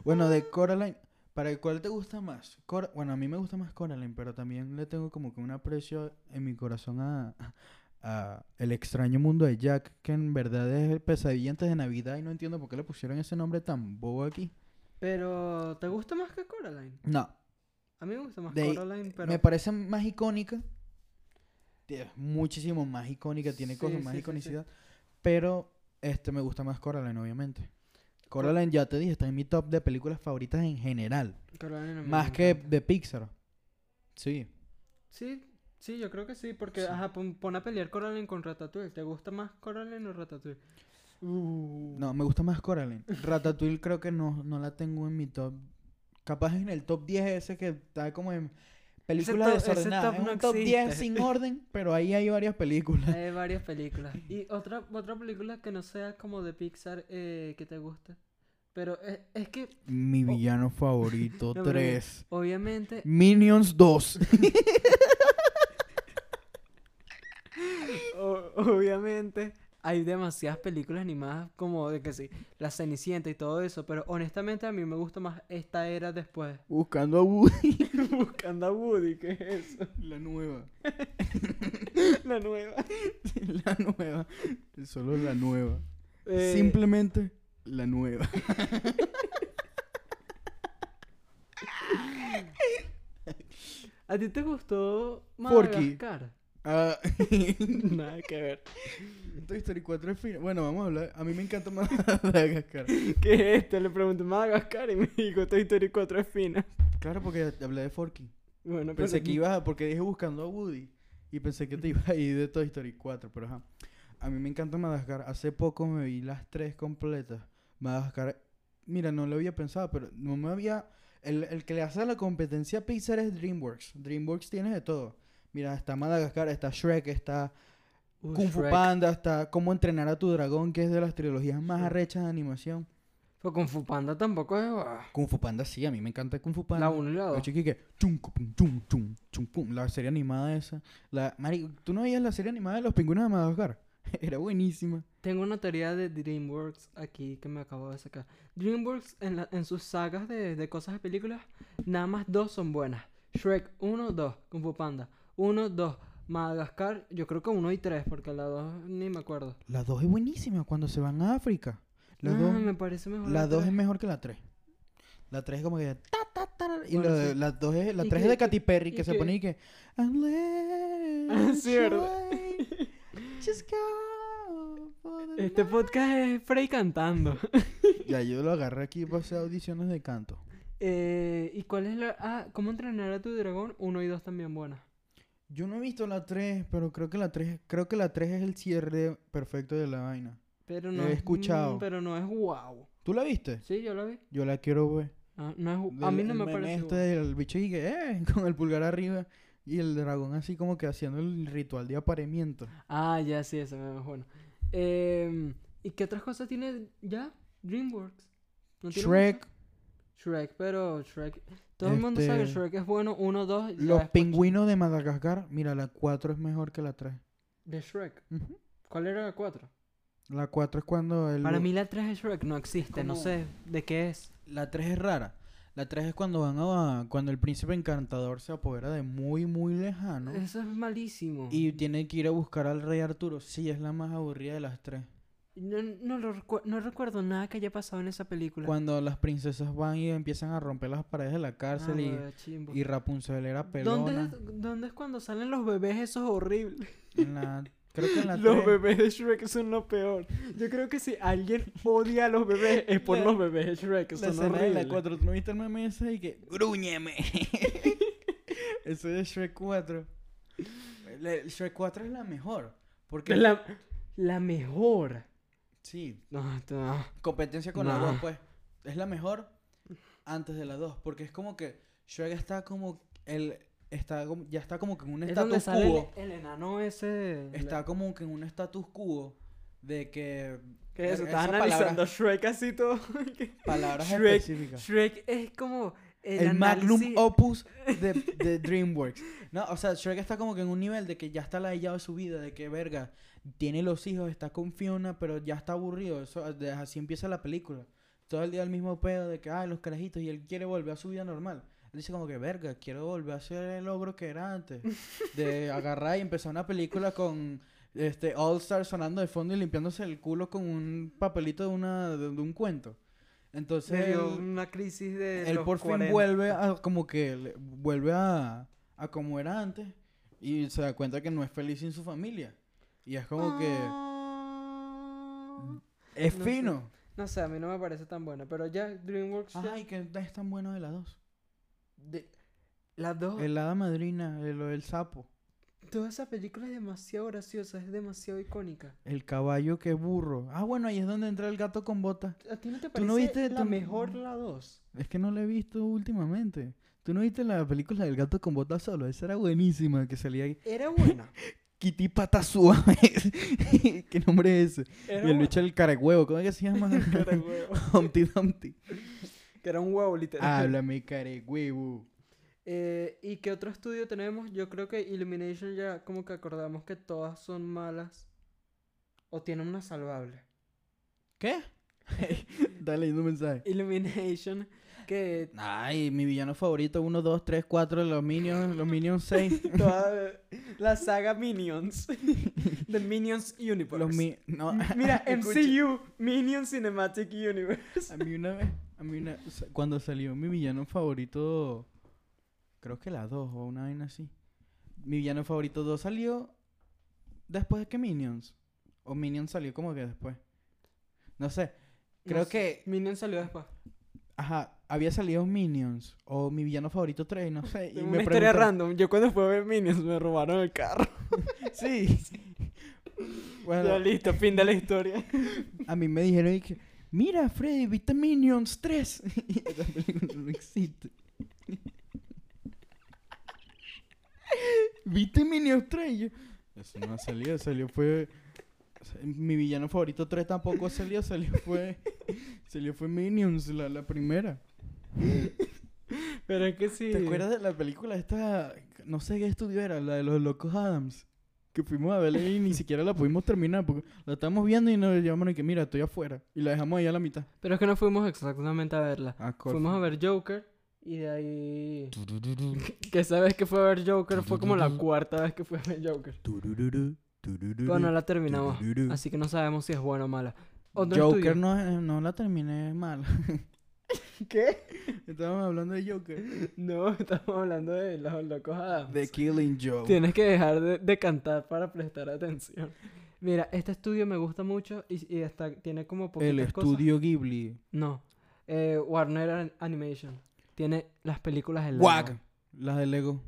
[SPEAKER 1] Bueno, de Coraline, ¿para cuál te gusta más? Cor- bueno, a mí me gusta más Coraline, pero también le tengo como que un aprecio en mi corazón a, a El extraño mundo de Jack, que en verdad es el pesadilla antes de Navidad y no entiendo por qué le pusieron ese nombre tan bobo aquí.
[SPEAKER 2] Pero, ¿te gusta más que Coraline?
[SPEAKER 1] No,
[SPEAKER 2] A mí me gusta más
[SPEAKER 1] De ahí,
[SPEAKER 2] Coraline, pero...
[SPEAKER 1] me parece más icónica. Es muchísimo más icónica, tiene
[SPEAKER 2] Sí,
[SPEAKER 1] cosas más
[SPEAKER 2] sí, sí, sí.
[SPEAKER 1] iconicidad. Pero este me gusta más Coraline, obviamente. Coraline, ya te dije, está en mi top de películas favoritas en general.
[SPEAKER 2] Coraline a mí
[SPEAKER 1] Más
[SPEAKER 2] me
[SPEAKER 1] que
[SPEAKER 2] encanta.
[SPEAKER 1] de Pixar. Sí.
[SPEAKER 2] Sí, sí, yo creo que sí, porque
[SPEAKER 1] Sí.
[SPEAKER 2] ajá, pon, pon a pelear Coraline con Ratatouille. ¿Te gusta más Coraline o Ratatouille?
[SPEAKER 1] Uh, No, me gusta más Coraline. Ratatouille creo que no, no la tengo en mi top. Capaz en el top 10 ese que está como en películas
[SPEAKER 2] top- ese
[SPEAKER 1] desordenadas.
[SPEAKER 2] top
[SPEAKER 1] Es
[SPEAKER 2] no
[SPEAKER 1] un top 10
[SPEAKER 2] existe.
[SPEAKER 1] sin orden, pero ahí hay varias películas.
[SPEAKER 2] Hay varias películas. Y otra, otra película que no sea como de Pixar eh, que te gusta. Pero es, es que,
[SPEAKER 1] Mi villano favorito
[SPEAKER 2] pero mira.
[SPEAKER 1] 3.
[SPEAKER 2] obviamente,
[SPEAKER 1] Minions 2.
[SPEAKER 2] o- obviamente hay demasiadas películas animadas como de que sí, La Cenicienta y todo eso. Pero honestamente a mí me gusta más esta era después.
[SPEAKER 1] Buscando a Woody.
[SPEAKER 2] Buscando a Woody, ¿qué es eso?
[SPEAKER 1] La nueva.
[SPEAKER 2] La nueva.
[SPEAKER 1] La nueva. Solo la nueva.
[SPEAKER 2] Eh,
[SPEAKER 1] Simplemente la nueva.
[SPEAKER 2] ¿A ti te gustó
[SPEAKER 1] Porky.
[SPEAKER 2] Madagascar?
[SPEAKER 1] Ah,
[SPEAKER 2] Nada que ver.
[SPEAKER 1] Toy Story 4 es fina. Bueno, vamos a hablar. A mí me encanta más Madagascar.
[SPEAKER 2] ¿Qué es esto? Le pregunté Madagascar y me dijo Toy Story 4 es fina.
[SPEAKER 1] Claro, porque hablé de Forky.
[SPEAKER 2] Bueno,
[SPEAKER 1] Pensé
[SPEAKER 2] pero-
[SPEAKER 1] que ibas a- porque dije buscando a Woody. Y pensé que te ibas a ir de Toy Story 4, pero ajá. A mí me encanta Madagascar. Hace poco me vi las tres completas. Madagascar, mira, no lo había pensado, pero no me había... El, el que le hace la competencia a Pixar es DreamWorks. DreamWorks tiene de todo. Mira, está Madagascar, está Shrek, está
[SPEAKER 2] Uy,
[SPEAKER 1] Kung Fu
[SPEAKER 2] Shrek.
[SPEAKER 1] Panda, está Cómo entrenar a tu dragón, que es de las trilogías más
[SPEAKER 2] Shrek.
[SPEAKER 1] arrechas de animación.
[SPEAKER 2] Pero Kung Fu Panda tampoco es. ah,
[SPEAKER 1] Kung Fu Panda, sí, a mí me encanta Kung Fu Panda.
[SPEAKER 2] La 1 y la
[SPEAKER 1] La
[SPEAKER 2] 2.
[SPEAKER 1] chiqui que chum, cu, pum, chum, chum, chum, pum, la serie animada esa. La, Mari, ¿tú no veías la serie animada de los pingüinos de Madagascar? Era buenísima.
[SPEAKER 2] Tengo una teoría de DreamWorks aquí que me acabo de sacar. DreamWorks en, la- en sus sagas de, de cosas de películas, nada más dos son buenas: Shrek 1, 2. Kung Fu Panda 1, 2. Madagascar, yo creo que 1 y 3, porque la 2 ni me acuerdo.
[SPEAKER 1] La 2 es buenísima cuando se van a África. La
[SPEAKER 2] Ah,
[SPEAKER 1] 2
[SPEAKER 2] me parece mejor.
[SPEAKER 1] la dos es
[SPEAKER 2] tres.
[SPEAKER 1] mejor que la 3. La 3 es como que ta, ta, ta, y
[SPEAKER 2] Bueno,
[SPEAKER 1] la,
[SPEAKER 2] sí.
[SPEAKER 1] la dos es, la 3
[SPEAKER 2] Y que-
[SPEAKER 1] es de
[SPEAKER 2] y-
[SPEAKER 1] Katy Perry
[SPEAKER 2] y
[SPEAKER 1] que, se
[SPEAKER 2] que-
[SPEAKER 1] pone y que "And let
[SPEAKER 2] Ah, sí, ¿verdad?
[SPEAKER 1] shine, just go for the
[SPEAKER 2] Este
[SPEAKER 1] night".
[SPEAKER 2] podcast es Frey cantando.
[SPEAKER 1] Ya yo lo agarré aquí para hacer audiciones de canto.
[SPEAKER 2] Eh, ¿Y cuál es la...? Ah, ¿Cómo entrenar a tu dragón? Uno y dos también buenas.
[SPEAKER 1] Yo no he visto la 3, pero creo que la 3, creo que la 3 es el cierre perfecto de la vaina.
[SPEAKER 2] Pero no
[SPEAKER 1] He
[SPEAKER 2] es-
[SPEAKER 1] escuchado.
[SPEAKER 2] mm, pero no es wow.
[SPEAKER 1] ¿Tú la viste?
[SPEAKER 2] Sí, yo la vi.
[SPEAKER 1] Yo la quiero ver.
[SPEAKER 2] Ah, no es gu- a
[SPEAKER 1] Del-
[SPEAKER 2] mí no
[SPEAKER 1] el
[SPEAKER 2] me
[SPEAKER 1] meme
[SPEAKER 2] parece
[SPEAKER 1] este
[SPEAKER 2] guau.
[SPEAKER 1] del bicho y que, eh, con el pulgar arriba y el dragón así como que haciendo el ritual de apareamiento.
[SPEAKER 2] Ah, ya, sí, ese meme es bueno. Em, ¿Y qué otras cosas tiene ya DreamWorks? ¿No tiene
[SPEAKER 1] Shrek,
[SPEAKER 2] mucho? Shrek, pero Shrek... Todo el mundo sabe que
[SPEAKER 1] Este,
[SPEAKER 2] Shrek es bueno. Uno, dos... y ya
[SPEAKER 1] Los
[SPEAKER 2] después-
[SPEAKER 1] pingüinos de Madagascar, mira, la 4 es mejor que la 3.
[SPEAKER 2] De Shrek. ¿Cuál era la cuatro?
[SPEAKER 1] La 4 es cuando el
[SPEAKER 2] Para mí la tres de Shrek no existe. No
[SPEAKER 1] como-
[SPEAKER 2] sé de qué es.
[SPEAKER 1] La 3 es rara. La 3 es cuando van a cuando el príncipe encantador se apodera de muy muy lejano.
[SPEAKER 2] Eso es malísimo.
[SPEAKER 1] Y tiene que ir a buscar al rey Arturo. Sí, es la más aburrida de las tres.
[SPEAKER 2] No, no, lo recu- no recuerdo nada que haya pasado en esa película.
[SPEAKER 1] Cuando las princesas van y empiezan a romper las paredes de la
[SPEAKER 2] Ah,
[SPEAKER 1] cárcel y-
[SPEAKER 2] bebé, chimbo.
[SPEAKER 1] y, Rapunzel era
[SPEAKER 2] ¿Dónde,
[SPEAKER 1] pelona.
[SPEAKER 2] es, dónde es cuando salen los bebés esos horribles?
[SPEAKER 1] En la- creo que en la
[SPEAKER 2] Los
[SPEAKER 1] tres.
[SPEAKER 2] bebés de Shrek son lo peor. Yo creo que si alguien odia a los bebés es por
[SPEAKER 1] La-
[SPEAKER 2] los bebés de Shrek, que
[SPEAKER 1] La
[SPEAKER 2] son
[SPEAKER 1] escena de
[SPEAKER 2] horribles.
[SPEAKER 1] la 4. ¿Tú no viste el meme ese? Y que... ¡Grúñeme! Eso de Shrek 4. La- el Shrek 4 es la mejor. Porque...
[SPEAKER 2] La, la mejor.
[SPEAKER 1] Sí.
[SPEAKER 2] No, esto no.
[SPEAKER 1] Competencia con la
[SPEAKER 2] No.
[SPEAKER 1] 2, pues. Es la mejor antes de la 2. Porque es como que... Shrek está como... El, está, como- ya está como que en un
[SPEAKER 2] Es
[SPEAKER 1] estatus
[SPEAKER 2] donde sale el,
[SPEAKER 1] quo.
[SPEAKER 2] el enano ese. de-
[SPEAKER 1] Está como que en un status quo de que
[SPEAKER 2] ¿Qué es eso?
[SPEAKER 1] Esa
[SPEAKER 2] Estás
[SPEAKER 1] palabra-
[SPEAKER 2] analizando Shrek así todo.
[SPEAKER 1] palabras
[SPEAKER 2] Shrek-
[SPEAKER 1] específicas.
[SPEAKER 2] Shrek es como
[SPEAKER 1] El, magnum opus de, de DreamWorks. No, o sea, Shrek está como que en un nivel de que ya está ladillado de su vida, de que verga, tiene los hijos, está con Fiona, pero ya está aburrido. Eso, de- así empieza la película. Todo el día el mismo pedo de que, ah, los carajitos, y él quiere volver a su vida normal. Él dice como que, verga, quiero volver a hacer el logro que era antes. De agarrar y empezar una película con este All Star sonando de fondo y limpiándose el culo con un papelito de, una, de, de un cuento. Entonces...
[SPEAKER 2] Se dio
[SPEAKER 1] él-
[SPEAKER 2] una crisis de.
[SPEAKER 1] él
[SPEAKER 2] los
[SPEAKER 1] por fin
[SPEAKER 2] 40.
[SPEAKER 1] vuelve a como que le- vuelve a, a como era antes y se da cuenta que no es feliz sin su familia. Y es como que es
[SPEAKER 2] Ah, no sé.
[SPEAKER 1] fino.
[SPEAKER 2] No sé, a mí no me parece tan buena. Pero ya DreamWorks. ya-
[SPEAKER 1] Ay, que es tan bueno de las dos.
[SPEAKER 2] de- las dos.
[SPEAKER 1] El hada madrina, el, lo del sapo,
[SPEAKER 2] Toda esa película es demasiado graciosa, es demasiado icónica.
[SPEAKER 1] el caballo que es burro. Ah, bueno, ahí es donde entra el gato con botas.
[SPEAKER 2] ¿A ti no te
[SPEAKER 1] ¿Tú
[SPEAKER 2] parece
[SPEAKER 1] no viste
[SPEAKER 2] la
[SPEAKER 1] tu-
[SPEAKER 2] mejor la 2?
[SPEAKER 1] Es que no la he visto últimamente. ¿Tú no viste la película del gato con botas solo? Esa era buenísima, que salía ahí.
[SPEAKER 2] Era buena.
[SPEAKER 1] Kitty Pata Suave. ¿Qué nombre es ese? Y
[SPEAKER 2] Era
[SPEAKER 1] el
[SPEAKER 2] buena.
[SPEAKER 1] bicho del carehuevo, ¿cómo es que se llama?
[SPEAKER 2] Cara de huevo.
[SPEAKER 1] Humpty Dumpty.
[SPEAKER 2] que era un huevo, literal.
[SPEAKER 1] Háblame, carehuevo.
[SPEAKER 2] Eh, ¿Y qué otro estudio tenemos? Yo creo que Illumination ya como que acordamos que todas son malas. O tienen una salvable.
[SPEAKER 1] ¿Qué? Está leyendo un mensaje.
[SPEAKER 2] Illumination, que
[SPEAKER 1] Ay, mi villano favorito, 1, 2, 3, 4, los Minions, los Minions 6.
[SPEAKER 2] toda la saga Minions. The Minions Universe.
[SPEAKER 1] los mi no.
[SPEAKER 2] M- Mira,
[SPEAKER 1] escucha.
[SPEAKER 2] MCU, Minion Cinematic Universe.
[SPEAKER 1] A mí una vez, a mí una, o sea, cuando salió mi villano favorito, creo que las dos o una vaina así. Mi villano favorito 2 salió después de que Minions. O Minions salió como que después. No sé, creo
[SPEAKER 2] No sé,
[SPEAKER 1] que
[SPEAKER 2] Minion salió después.
[SPEAKER 1] Ajá, había salido Minions o mi villano favorito 3, no sé. Y
[SPEAKER 2] Una
[SPEAKER 1] me
[SPEAKER 2] historia
[SPEAKER 1] preguntaron-
[SPEAKER 2] random. Yo cuando fui a ver Minions me robaron el carro.
[SPEAKER 1] Sí.
[SPEAKER 2] Ya
[SPEAKER 1] bueno,
[SPEAKER 2] listo, fin de la historia.
[SPEAKER 1] a mí me dijeron y que, mira, Freddy, viste Minions 3. y esa película no existe. ¿Viste Minions 3? Y yo, eso no ha salido, salió fue... o sea, Mi villano favorito 3 tampoco salió, salió fue... Salió fue Minions, la, la primera.
[SPEAKER 2] Eh, Pero es que sí.
[SPEAKER 1] ¿Te acuerdas de la película esta? No sé qué estudio era, la de los locos Adams. Que fuimos a verla y ni siquiera la pudimos terminar porque la estábamos viendo y nos llamamos y que mira, estoy afuera. Y la dejamos ahí a la mitad.
[SPEAKER 2] Pero es que no fuimos exactamente a verla. Fuimos a ver Joker y de ahí. Que esa vez que fue a ver Joker fue como la cuarta vez que fue a ver Joker. Pero no la terminamos. Así que no sabemos si es buena o mala. Otro
[SPEAKER 1] Joker
[SPEAKER 2] estudio.
[SPEAKER 1] no, eh, no la terminé mal.
[SPEAKER 2] ¿Qué?
[SPEAKER 1] Estábamos hablando de Joker.
[SPEAKER 2] No, estamos hablando de los locos Adams.
[SPEAKER 1] The Killing Joke.
[SPEAKER 2] Tienes que dejar de, de cantar para prestar atención. Mira, este estudio me gusta mucho y, y hasta tiene como poquitas
[SPEAKER 1] El
[SPEAKER 2] cosas.
[SPEAKER 1] estudio Ghibli.
[SPEAKER 2] No. Eh, Warner An- Animation. Tiene las películas de Lego.
[SPEAKER 1] Guac. Las de Lego.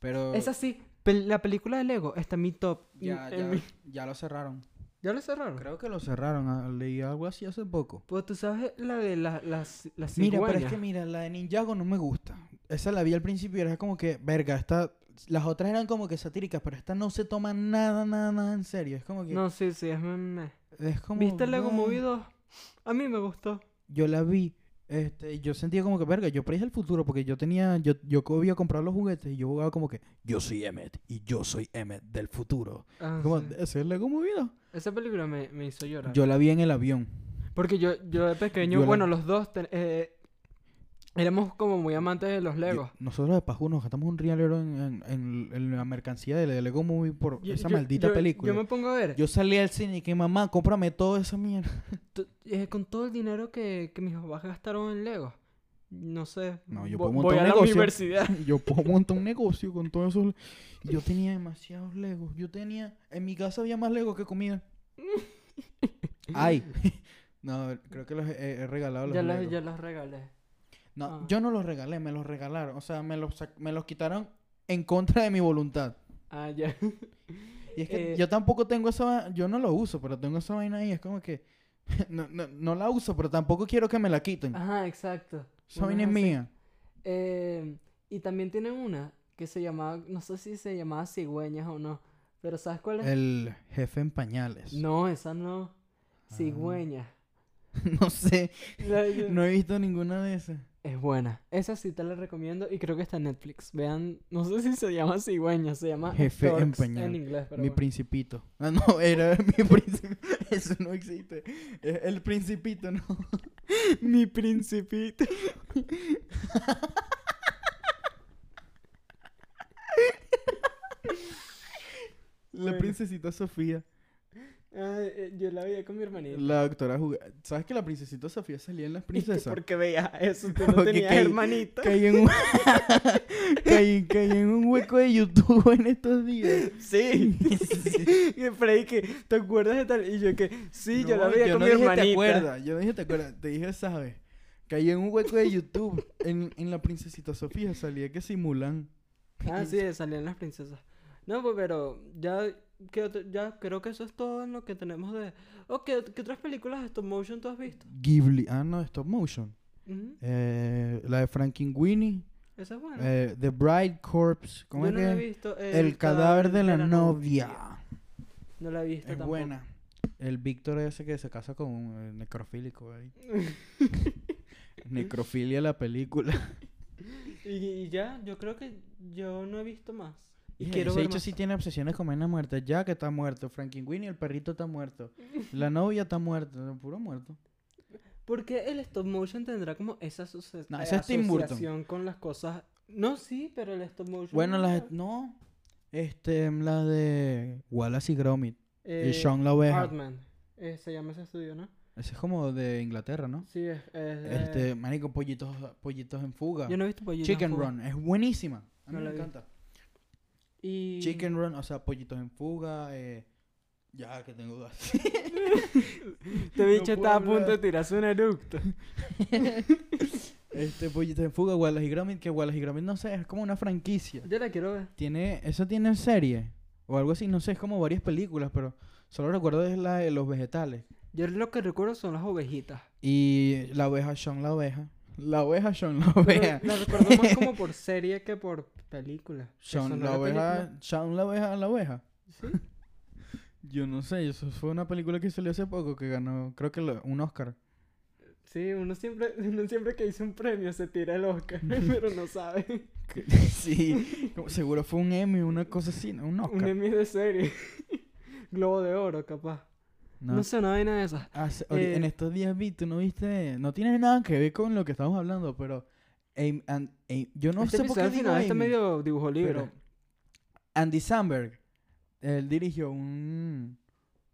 [SPEAKER 1] Pero
[SPEAKER 2] Esa sí. pel- la película de Lego está en mi top.
[SPEAKER 1] ya,
[SPEAKER 2] en
[SPEAKER 1] ya,
[SPEAKER 2] mi-
[SPEAKER 1] ya lo cerraron.
[SPEAKER 2] ¿Ya lo cerraron?
[SPEAKER 1] Creo que lo cerraron. ah, Leí algo así hace poco.
[SPEAKER 2] Pues tú sabes la de las las las
[SPEAKER 1] Mira, pero es que
[SPEAKER 2] cigüeñas.
[SPEAKER 1] mira, la de Ninjago no me gusta. Esa la vi al principio y era como que, verga, esta... Las otras eran como que satíricas, pero esta no se toma nada, nada, nada en serio. Es como que...
[SPEAKER 2] No, sí, sí, es meme.
[SPEAKER 1] Es como...
[SPEAKER 2] ¿Viste el Lego
[SPEAKER 1] "Bueno".
[SPEAKER 2] Movido? A mí me gustó.
[SPEAKER 1] Yo la vi. Este, yo sentía como que, verga, yo predije el futuro porque yo tenía... Yo, yo co- iba a comprar los juguetes y yo jugaba como que, yo soy Emmet y yo soy Emmet del futuro.
[SPEAKER 2] Ah,
[SPEAKER 1] Como,
[SPEAKER 2] sí.
[SPEAKER 1] ese es el Lego Movido.
[SPEAKER 2] Esa película me, me hizo llorar.
[SPEAKER 1] Yo la vi en el avión.
[SPEAKER 2] Porque yo, yo de pequeño,
[SPEAKER 1] Yo la-
[SPEAKER 2] bueno, los dos ten- eh, éramos como muy amantes de los Legos.
[SPEAKER 1] Yo- nosotros de Pajú nos gastamos un rialero en, en- en- en la mercancía del Lego Movie por
[SPEAKER 2] Yo-
[SPEAKER 1] esa
[SPEAKER 2] yo-
[SPEAKER 1] maldita
[SPEAKER 2] yo-
[SPEAKER 1] película.
[SPEAKER 2] Yo me pongo a ver.
[SPEAKER 1] Yo salí al cine y que mamá, cómprame toda esa mierda.
[SPEAKER 2] to- eh, con todo el dinero que, que mis papás gastaron en Legos. No sé.
[SPEAKER 1] No, yo
[SPEAKER 2] vo-
[SPEAKER 1] puedo montar un
[SPEAKER 2] voy a la
[SPEAKER 1] negocio.
[SPEAKER 2] universidad.
[SPEAKER 1] Yo puedo montar un negocio con todo eso. Yo tenía demasiados legos. Yo tenía. En mi casa había más legos que comida. Ay. No, creo que los he, he regalado. Los
[SPEAKER 2] ya, los,
[SPEAKER 1] Legos.
[SPEAKER 2] ya los regalé.
[SPEAKER 1] No,
[SPEAKER 2] ah.
[SPEAKER 1] yo no los regalé, me los regalaron. O sea, me los, sac- me los quitaron en contra de mi voluntad.
[SPEAKER 2] Ah, ya.
[SPEAKER 1] Mm. Y es que
[SPEAKER 2] Eh,
[SPEAKER 1] yo tampoco tengo esa. va- Yo no lo uso, pero tengo esa vaina ahí. Es como que. No, no, no la uso, pero tampoco quiero que me la quiten.
[SPEAKER 2] Ajá, exacto.
[SPEAKER 1] esa
[SPEAKER 2] Una
[SPEAKER 1] vaina es
[SPEAKER 2] así.
[SPEAKER 1] mía.
[SPEAKER 2] Eh, y también tienen una que se llamaba, no sé si se llamaba cigüeñas o no, pero ¿sabes cuál es?
[SPEAKER 1] El jefe en pañales.
[SPEAKER 2] No, esa no.
[SPEAKER 1] Ah.
[SPEAKER 2] Cigüeñas.
[SPEAKER 1] no sé.
[SPEAKER 2] La- yo-
[SPEAKER 1] No he visto ninguna de esas.
[SPEAKER 2] Es buena. Esa sí te la recomiendo y creo que está en Netflix. Vean, no sé si se llama cigüeña, se llama
[SPEAKER 1] Jefe
[SPEAKER 2] Storks
[SPEAKER 1] empañado.
[SPEAKER 2] en inglés. Pero
[SPEAKER 1] mi
[SPEAKER 2] bueno.
[SPEAKER 1] principito. Ah, no, era mi príncipe. Eso no existe. Eh, El principito, ¿no?
[SPEAKER 2] Mi principito.
[SPEAKER 1] La
[SPEAKER 2] Bueno.
[SPEAKER 1] princesita Sofía.
[SPEAKER 2] Ay, eh, yo la veía con mi hermanita.
[SPEAKER 1] La doctora jugaba. ¿Sabes que la princesita Sofía salía en las
[SPEAKER 2] Y que
[SPEAKER 1] princesas?
[SPEAKER 2] Porque veía eso, tú no
[SPEAKER 1] Porque
[SPEAKER 2] tenías
[SPEAKER 1] caí-
[SPEAKER 2] hermanita.
[SPEAKER 1] Caí en, un... caí, caí en un hueco de YouTube en estos días.
[SPEAKER 2] Sí. Y Freddy que, ¿te acuerdas de tal? Y yo que, sí, yo la
[SPEAKER 1] No,
[SPEAKER 2] veía con
[SPEAKER 1] no
[SPEAKER 2] mi
[SPEAKER 1] dije,
[SPEAKER 2] hermanita.
[SPEAKER 1] Te acuerdas, yo no dije te acuerdas, te dije sabes. Caí en un hueco de YouTube. En, en la princesita Sofía salía que simulan.
[SPEAKER 2] Ah, sí, salían las princesas. No, pues, pero ya, que otro- ya creo que eso es todo en lo que tenemos de... Oh, ¿qué, qué otras películas de stop motion tú has visto?
[SPEAKER 1] Ghibli. Ah, no, stop motion.
[SPEAKER 2] Ujú,
[SPEAKER 1] Eh, la de Frankenweenie.
[SPEAKER 2] Esa es buena.
[SPEAKER 1] Eh, The Bride Corpse. ¿Cómo
[SPEAKER 2] Ah. Yo
[SPEAKER 1] es
[SPEAKER 2] no
[SPEAKER 1] que?
[SPEAKER 2] la he visto.
[SPEAKER 1] El, cadáver de la, novia.
[SPEAKER 2] No la he visto
[SPEAKER 1] Es
[SPEAKER 2] tampoco.
[SPEAKER 1] buena. El Víctor ese que se casa con un eh, necrofílico ahí. Necrofilia la película.
[SPEAKER 2] y, y ya, yo creo que yo no he visto más. Y
[SPEAKER 1] Y
[SPEAKER 2] quiero
[SPEAKER 1] ese
[SPEAKER 2] ver
[SPEAKER 1] hecho
[SPEAKER 2] más.
[SPEAKER 1] sí tiene obsesiones con vainas muertas. Ya que está muerto. Frankenweenie, el perrito está muerto. La novia está muerta. Puro muerto.
[SPEAKER 2] ¿Por qué el stop motion tendrá como esa, suce-
[SPEAKER 1] No,
[SPEAKER 2] eh,
[SPEAKER 1] ese es Tim Burton.
[SPEAKER 2] asociación con las cosas? No, sí, pero el stop motion...
[SPEAKER 1] Bueno,
[SPEAKER 2] no
[SPEAKER 1] las...
[SPEAKER 2] está-
[SPEAKER 1] No. Este, la de Wallace y Gromit.
[SPEAKER 2] Eh,
[SPEAKER 1] y Sean la oveja.
[SPEAKER 2] Hartman. eh, se llama ese estudio, ¿no?
[SPEAKER 1] Ese es como de Inglaterra, ¿no?
[SPEAKER 2] Sí, es... es de-
[SPEAKER 1] Este, marico, pollitos, pollitos en fuga.
[SPEAKER 2] Eh. Yo no he visto pollitos en
[SPEAKER 1] Chicken
[SPEAKER 2] fuga.
[SPEAKER 1] Run. Es buenísima. A mí
[SPEAKER 2] No la
[SPEAKER 1] me
[SPEAKER 2] vi.
[SPEAKER 1] encanta.
[SPEAKER 2] Y...
[SPEAKER 1] Chicken Run, o sea, pollitos en fuga. eh, Ya, que tengo dudas.
[SPEAKER 2] Este bicho
[SPEAKER 1] puedo
[SPEAKER 2] estaba a punto de
[SPEAKER 1] hablar.
[SPEAKER 2] tirarse un eructo.
[SPEAKER 1] este, pollitos en fuga, Wallace y Gromit. Que Wallace y Gromit, no sé, es como una franquicia.
[SPEAKER 2] Yo la quiero ver.
[SPEAKER 1] Tiene, eso tiene serie. O algo así, no sé, es como varias películas, pero solo recuerdo es la de los vegetales.
[SPEAKER 2] Yo lo que recuerdo son las ovejitas.
[SPEAKER 1] Y la oveja Sean la oveja. La oveja Sean la
[SPEAKER 2] Pero
[SPEAKER 1] oveja.
[SPEAKER 2] la recuerdo más como por serie que por película. Que
[SPEAKER 1] Sean
[SPEAKER 2] son
[SPEAKER 1] la
[SPEAKER 2] una
[SPEAKER 1] oveja. Sean la oveja, la oveja.
[SPEAKER 2] película- Sí.
[SPEAKER 1] Yo no sé, eso fue una película que salió hace poco que ganó, creo que lo- un Oscar.
[SPEAKER 2] Sí, uno siempre, uno siempre que dice un premio se tira el Oscar, pero no sabe.
[SPEAKER 1] Que- sí, como seguro fue un Emmy, una cosa así, ¿no? un
[SPEAKER 2] Un
[SPEAKER 1] Oscar.
[SPEAKER 2] Emmy de serie. Globo de oro, capaz. No,
[SPEAKER 1] No.
[SPEAKER 2] sé, una vaina de esas.
[SPEAKER 1] Hace- ori- En
[SPEAKER 2] Eh.
[SPEAKER 1] estos días vi, tú no viste, no tiene nada que ver con lo que estamos hablando, pero Aim- and- Aim- yo no
[SPEAKER 2] este
[SPEAKER 1] sé por qué digo
[SPEAKER 2] episodio al final está
[SPEAKER 1] Amy,
[SPEAKER 2] medio dibujo libre.
[SPEAKER 1] pero Andy Samberg, él dirigió un,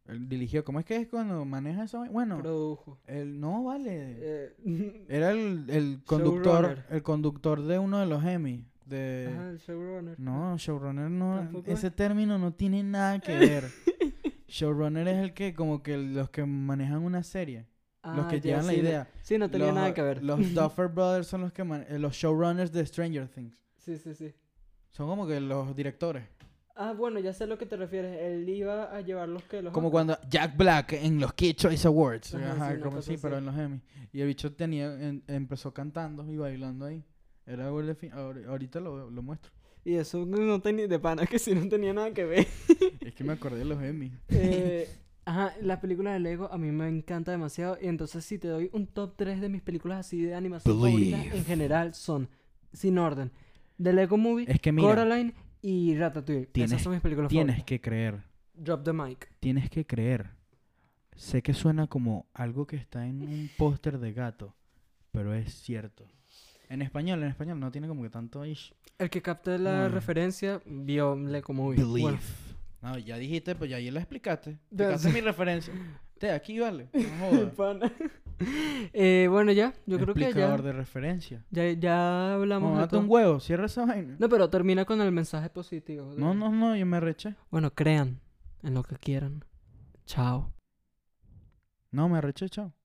[SPEAKER 1] él dirigió, ¿cómo es que es cuando maneja eso? Bueno,
[SPEAKER 2] Produjo.
[SPEAKER 1] él no vale,
[SPEAKER 2] Eh,
[SPEAKER 1] era el, el conductor,
[SPEAKER 2] Showrunner.
[SPEAKER 1] el conductor de uno de los Emmy, de
[SPEAKER 2] ajá, el showrunner.
[SPEAKER 1] Eh, No, showrunner no.
[SPEAKER 2] Tampoco es.
[SPEAKER 1] Ese término no tiene nada que ver. showrunner es el que, como que los que manejan una serie. los
[SPEAKER 2] Ah,
[SPEAKER 1] que
[SPEAKER 2] ya,
[SPEAKER 1] llevan la
[SPEAKER 2] sí, no-
[SPEAKER 1] idea.
[SPEAKER 2] Sí, no tenía
[SPEAKER 1] los,
[SPEAKER 2] nada que ver.
[SPEAKER 1] Los Duffer Brothers son los que man- eh, los showrunners de Stranger Things.
[SPEAKER 2] Sí, sí, sí.
[SPEAKER 1] Son como que los directores.
[SPEAKER 2] Ah, bueno, ya sé a lo que te refieres. Él iba a llevar los que los.
[SPEAKER 1] Como
[SPEAKER 2] Oscar.
[SPEAKER 1] cuando Jack Black en los Kid Choice Awards.
[SPEAKER 2] Ajá,
[SPEAKER 1] Ajá,
[SPEAKER 2] sí, una
[SPEAKER 1] como
[SPEAKER 2] cosa
[SPEAKER 1] sí, pero en
[SPEAKER 2] así.
[SPEAKER 1] los Emmy. Y el bicho tenía, en- empezó cantando y bailando ahí. Era algo de fin- ahor- Ahorita lo, lo muestro.
[SPEAKER 2] Y eso no tenía. De pana, que sí, no tenía nada que ver.
[SPEAKER 1] es que me acordé de los Emmy.
[SPEAKER 2] Eh, ajá, las películas de Lego a mí me encanta demasiado. Y entonces, si te doy un top 3 de mis películas así de animación favoritas, en
[SPEAKER 3] Believe.
[SPEAKER 2] general son, sin orden, The Lego Movie,
[SPEAKER 1] Es que Eh, mira,
[SPEAKER 2] Coraline y Ratatouille. Esas
[SPEAKER 1] Tienes-
[SPEAKER 2] son mis películas
[SPEAKER 1] tienes
[SPEAKER 2] favoritas.
[SPEAKER 1] que creer.
[SPEAKER 2] Drop the mic.
[SPEAKER 1] Tienes que creer. Sé que suena como algo que está en un póster de gato, pero es cierto. En español, en español no tiene como que tanto ish.
[SPEAKER 2] El que capte la
[SPEAKER 1] Mm.
[SPEAKER 2] referencia vio Lego Movie.
[SPEAKER 1] Believe.
[SPEAKER 2] Bueno,
[SPEAKER 1] No, ya dijiste, pues ya ahí la explicaste.
[SPEAKER 2] Ya
[SPEAKER 1] Explicaste
[SPEAKER 2] sé.
[SPEAKER 1] mi referencia. Te, aquí vale. No jodas.
[SPEAKER 2] pana. Eh, bueno, ya, yo creo que
[SPEAKER 1] Explicador
[SPEAKER 2] ya,
[SPEAKER 1] de referencia.
[SPEAKER 2] ya. Ya hablamos de
[SPEAKER 1] Mamá,
[SPEAKER 2] todo.
[SPEAKER 1] un huevo, cierra esa vaina.
[SPEAKER 2] No, pero termina con el mensaje positivo. de-
[SPEAKER 1] No, no, no, yo me reché.
[SPEAKER 2] Bueno, crean en lo que quieran. Chao.
[SPEAKER 1] No, me reché, chao.